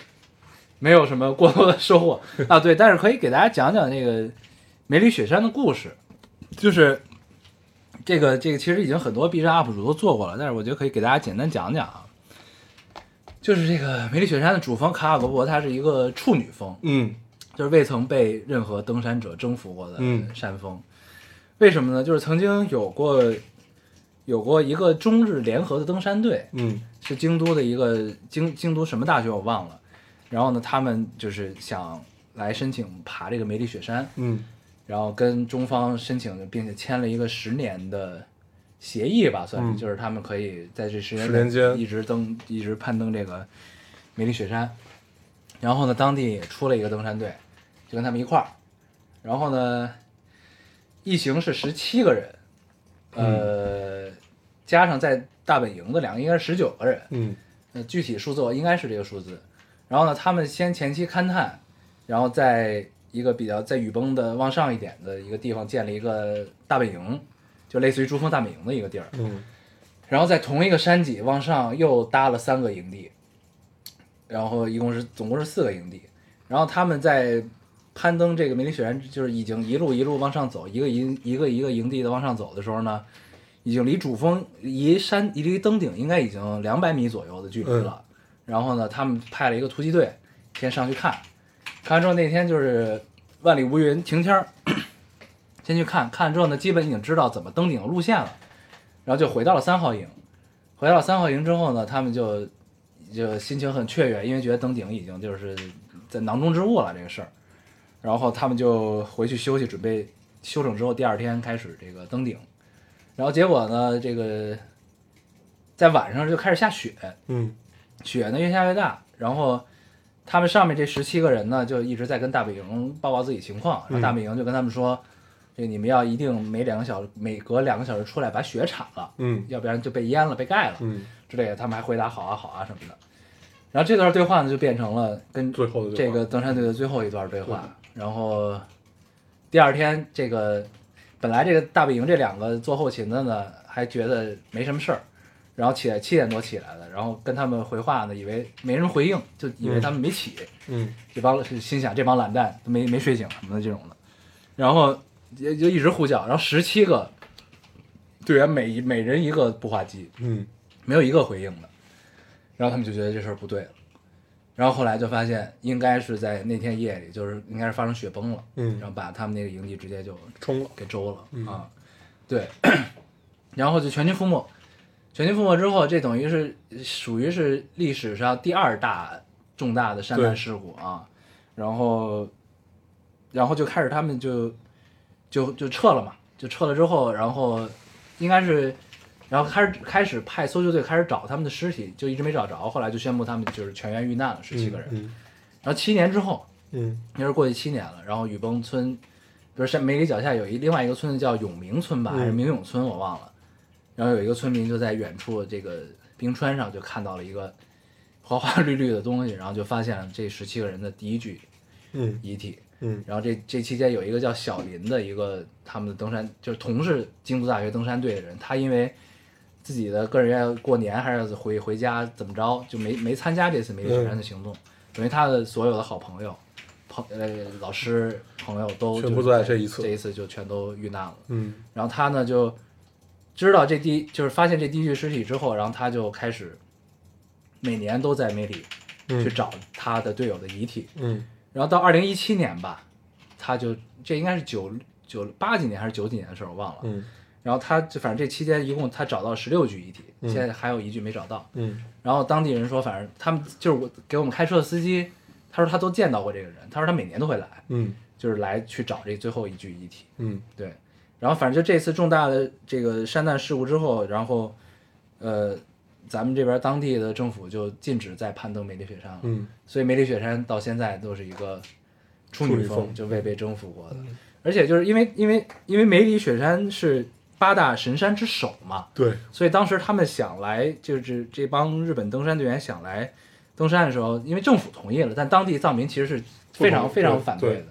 Speaker 1: 没有什么过多的收获啊。对，但是可以给大家讲讲那个梅里雪山的故事，就是这个这个其实已经很多 B 站 UP 主都做过了，但是我觉得可以给大家简单讲讲啊。就是这个梅里雪山的主峰卡瓦罗博，它是一个处女峰，
Speaker 2: 嗯
Speaker 1: 就是未曾被任何登山者征服过的
Speaker 2: 嗯
Speaker 1: 山峰。为什么呢？就是曾经有过有过一个中日联合的登山队，
Speaker 2: 嗯
Speaker 1: 是京都的一个京京都什么大学我忘了。然后呢，他们就是想来申请爬这个梅里雪山，
Speaker 2: 嗯
Speaker 1: 然后跟中方申请，并且签了一个十年的协议吧，算是，
Speaker 2: 嗯
Speaker 1: 就是他们可以在这十年
Speaker 2: 十年间
Speaker 1: 一直登，一直攀登这个梅里雪山。然后呢，当地也出了一个登山队，就跟他们一块儿。然后呢，一行是十七个人，呃，加上在大本营的两个，应该是十九个人。
Speaker 2: 嗯
Speaker 1: 呃，具体数字我应该是这个数字。然后呢，他们先前期勘探，然后在一个比较在雨崩的往上一点的一个地方建了一个大本营，就类似于珠峰大本营的一个地儿。
Speaker 2: 嗯
Speaker 1: 然后在同一个山脊往上又搭了三个营地，然后一共是总共是四个营地。然后他们在攀登这个梅里雪山，就是已经一路一路往上走，一个营一个一个营地的往上走的时候呢，已经离主峰离山离登顶应该已经两百米左右的距离了。然后呢，他们派了一个突击队先上去看，看完之后那天就是万里无云晴天儿， 先去看看了之后呢，基本已经知道怎么登顶的路线了。然后就回到了三号营。回到了三号营之后呢，他们就就心情很雀跃，因为觉得登顶已经就是在囊中之物了这个事儿。然后他们就回去休息，准备休整之后，第二天开始这个登顶。然后结果呢，这个在晚上就开始下雪，
Speaker 2: 嗯
Speaker 1: 雪呢越下越大，然后他们上面这十七个人呢，就一直在跟大本营报告自己情况，然后大本营就跟他们说，这你们要一定每两个小时，每隔两个小时出来把雪铲了，
Speaker 2: 嗯
Speaker 1: 要不然就被淹了、被盖了
Speaker 2: 嗯，
Speaker 1: 之类的。他们还回答好啊好啊什么的。然后这段对话呢，就变成了跟
Speaker 2: 最后的对
Speaker 1: 这
Speaker 2: 话
Speaker 1: 个登山队的最后一段对话。然后第二天，这个本来这个大本营这两个做后勤的呢，还觉得没什么事儿，然后起来七点多起来的，然后跟他们回话呢，以为没人回应，就以为他们没起。
Speaker 2: 嗯
Speaker 1: 这帮是心想这帮懒蛋都没没睡醒什么的这种的，然后也就一直呼叫，然后十七个队员每一每人一个步话机，
Speaker 2: 嗯
Speaker 1: 没有一个回应的，然后他们就觉得这事儿不对了，然后后来就发现应该是在那天夜里，就是应该是发生雪崩了，
Speaker 2: 嗯
Speaker 1: 然后把他们那个营地直接就
Speaker 2: 冲了，
Speaker 1: 给周了、
Speaker 2: 嗯
Speaker 1: 啊，对， 然后就全军覆没。全军覆没之后，这等于是属于是历史上第二大重大的山难
Speaker 2: 对
Speaker 1: 事故啊。然后，然后就开始他们就就就撤了嘛，就撤了之后，然后应该是，然后开始开始派搜救队开始找他们的尸体，就一直没找着。后来就宣布他们就是全员遇难了，十七个人。
Speaker 2: 嗯
Speaker 1: 然后七年之后，
Speaker 2: 嗯
Speaker 1: 那是过去七年了。然后雨崩村，不是山梅里脚下有一另外一个村子叫永明村吧，还是明永村，我忘了。然后有一个村民就在远处这个冰川上就看到了一个花花绿绿的东西，然后就发现了这十七个人的第一具
Speaker 2: 嗯
Speaker 1: 遗体。
Speaker 2: 嗯
Speaker 1: 然后这这期间有一个叫小林的一个他们的登山，就是同是京都大学登山队的人，他因为自己的个人要过年还是回回家怎么着，就没没参加这次梅里雪山的行动，等于他的所有的好朋友、朋呃老师朋友都
Speaker 2: 全
Speaker 1: 就
Speaker 2: 部
Speaker 1: 是
Speaker 2: 在这一次
Speaker 1: 这一次就全都遇难了。
Speaker 2: 嗯
Speaker 1: 然后他呢就知道这第就是发现这第一具尸体之后，然后他就开始每年都在梅里去找他的队友的遗体。
Speaker 2: 嗯
Speaker 1: 然后到二零一七年吧，他就这应该是九九八几年还是九几年的事儿，我忘了。
Speaker 2: 嗯
Speaker 1: 然后他就反正这期间一共他找到十六具遗体，现在还有一具没找到。
Speaker 2: 嗯
Speaker 1: 然后当地人说，反正他们就是我给我们开车的司机，他说他都见到过这个人，他说他每年都会来，
Speaker 2: 嗯
Speaker 1: 就是来去找这最后一具遗体。
Speaker 2: 嗯
Speaker 1: 对，然后反正就这次重大的这个山难事故之后，然后呃，咱们这边当地的政府就禁止再攀登梅里雪山了。
Speaker 2: 嗯
Speaker 1: 所以梅里雪山到现在都是一个处
Speaker 2: 处
Speaker 1: 女
Speaker 2: 女
Speaker 1: 峰，
Speaker 2: 峰嗯
Speaker 1: 就未被征服过的。而且就是因为因为因为梅里雪山是八大神山之首嘛，
Speaker 2: 对，
Speaker 1: 所以当时他们想来，就是这帮日本登山队员想来登山的时候，因为政府同意了，但当地藏民其实是非常
Speaker 2: 不同意
Speaker 1: 非常反
Speaker 2: 对
Speaker 1: 的。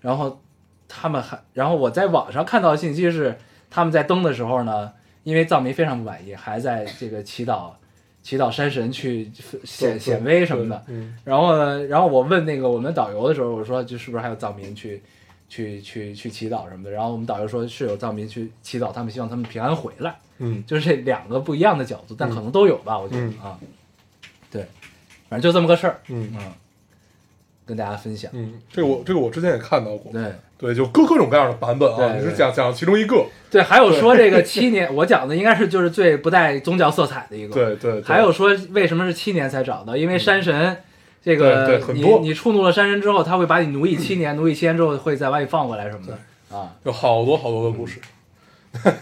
Speaker 1: 然后他们还，然后我在网上看到的信息是，他们在登的时候呢，因为藏民非常不满意，还在这个祈祷祈祷山神去显
Speaker 2: 对
Speaker 1: 显威什么的。
Speaker 2: 嗯
Speaker 1: 然后呢，然后我问那个我们导游的时候，我说就是不是还有藏民去去去去祈祷什么的？然后我们导游说是有藏民去祈祷，他们希望他们平安回来，
Speaker 2: 嗯
Speaker 1: 就是这两个不一样的角度，但可能都有吧，我觉得
Speaker 2: 嗯
Speaker 1: 啊，对，反正就这么个事儿，
Speaker 2: 嗯
Speaker 1: 嗯，跟大家分享，
Speaker 2: 嗯，这个我这个我之前也看到过，
Speaker 1: 对。
Speaker 2: 对，就各各种各样的版本啊，
Speaker 1: 对
Speaker 2: 你是
Speaker 1: 对
Speaker 2: 讲讲其中一个，
Speaker 1: 对，还有说这个七年，我讲的应该是就是最不带宗教色彩的一个。
Speaker 2: 对对对嗯
Speaker 1: 还有说为什么是七年才找到？因为山神，这个
Speaker 2: 对对很
Speaker 1: 你
Speaker 2: 多
Speaker 1: 你触怒了山神之后，他会把你奴役七年，奴役七年之后会再把你放回来什么的啊。
Speaker 2: 有好多好多的故事。
Speaker 1: 嗯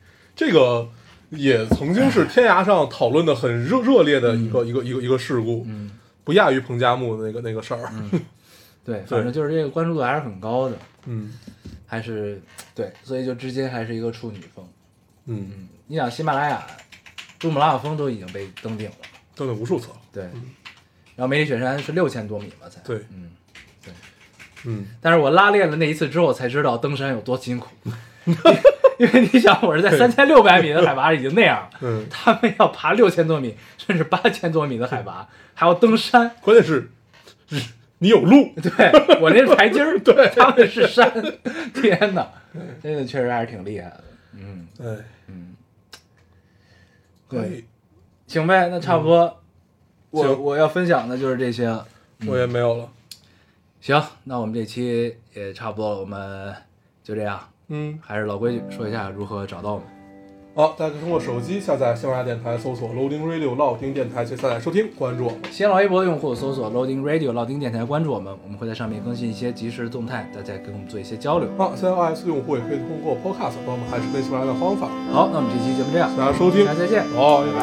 Speaker 2: 这个也曾经是天涯上讨论的很热热烈的一个、一个一个一个事故，
Speaker 1: 嗯，
Speaker 2: 不亚于彭加木的那个那个事儿。
Speaker 1: 对，反正就是这个关注度还是很高的，
Speaker 2: 嗯
Speaker 1: 还是对，所以就至今还是一个处女峰。
Speaker 2: 嗯，
Speaker 1: 你想喜马拉雅珠穆朗玛峰都已经被登顶了，
Speaker 2: 登了无数次了。
Speaker 1: 对，然后梅里雪山是六千多米吧才。
Speaker 2: 嗯对
Speaker 1: 嗯，
Speaker 2: 嗯，
Speaker 1: 但是我拉练了那一次之后，才知道登山有多辛苦。 因为你想，我是在三千六百米的海拔已经那样了，
Speaker 2: 嗯
Speaker 1: 他们要爬六千多米，甚至八千多米的海拔，还要登山。
Speaker 2: 关键是你有路，
Speaker 1: 对我那是台阶儿，对，他们是山。天哪，这个确实还是挺厉害的。嗯，
Speaker 2: 哎，可
Speaker 1: 对，
Speaker 2: 以。嗯
Speaker 1: 行呗，那差不多。我
Speaker 2: 行
Speaker 1: 我要分享的就是这些了。
Speaker 2: 我也没有了。
Speaker 1: 行，那我们这期也差不多了，我们就这样。
Speaker 2: 嗯，
Speaker 1: 还是老规矩，说一下如何找到我们。
Speaker 2: 好，大家可以通过手机下载喜马拉雅电台，搜索 Loading Radio 老丁电台去下载收听，关注我们。
Speaker 1: 新浪微博的用户搜索 Loading Radio 老丁电台，关注我们，我们会在上面更新一些即时动态，大家跟我们做一些交流。
Speaker 2: 啊，现在 iOS 用户也可以通过 Podcast 帮我们还是跟喜马拉雅的方法。
Speaker 1: 好，那我们这期节目这样，
Speaker 2: 大家收听
Speaker 1: 大家，再见，
Speaker 2: 好，拜拜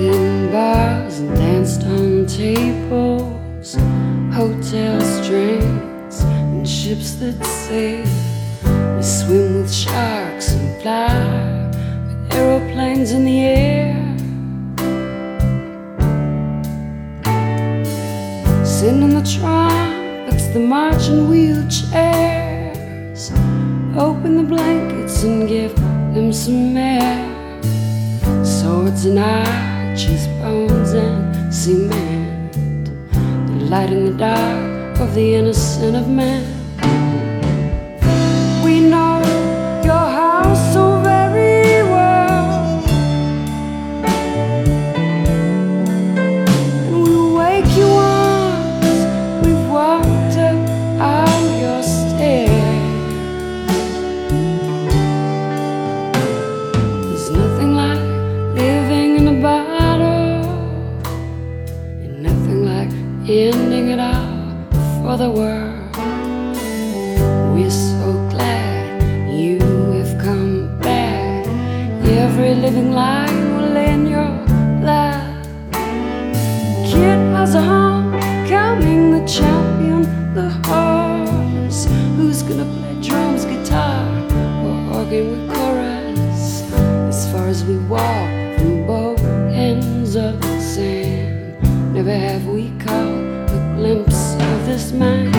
Speaker 3: Lift
Speaker 1: 拜。
Speaker 4: in bars and danced on tables, hotel strings and ships that sail. We swim with sharks and fly with aeroplanes in the air. Sitting in the trumpets, the marching wheelchairs. Open the blankets and give them some air swords and arches, bones and cement. The light in the dark of the innocent of man. We know your house so very well, and we'll wake you once we've walked up out your stairs. There's nothing like living in a bottle, and nothing like ending it all for the world. We're so glad you have come back. Every living light will lay in your lap. Kid has a home, counting the champion, the horse. Who's gonna play drums, guitar, or organ with chorus? As far as we walk from both ends of the sand, never have we caught a glimpse of this man.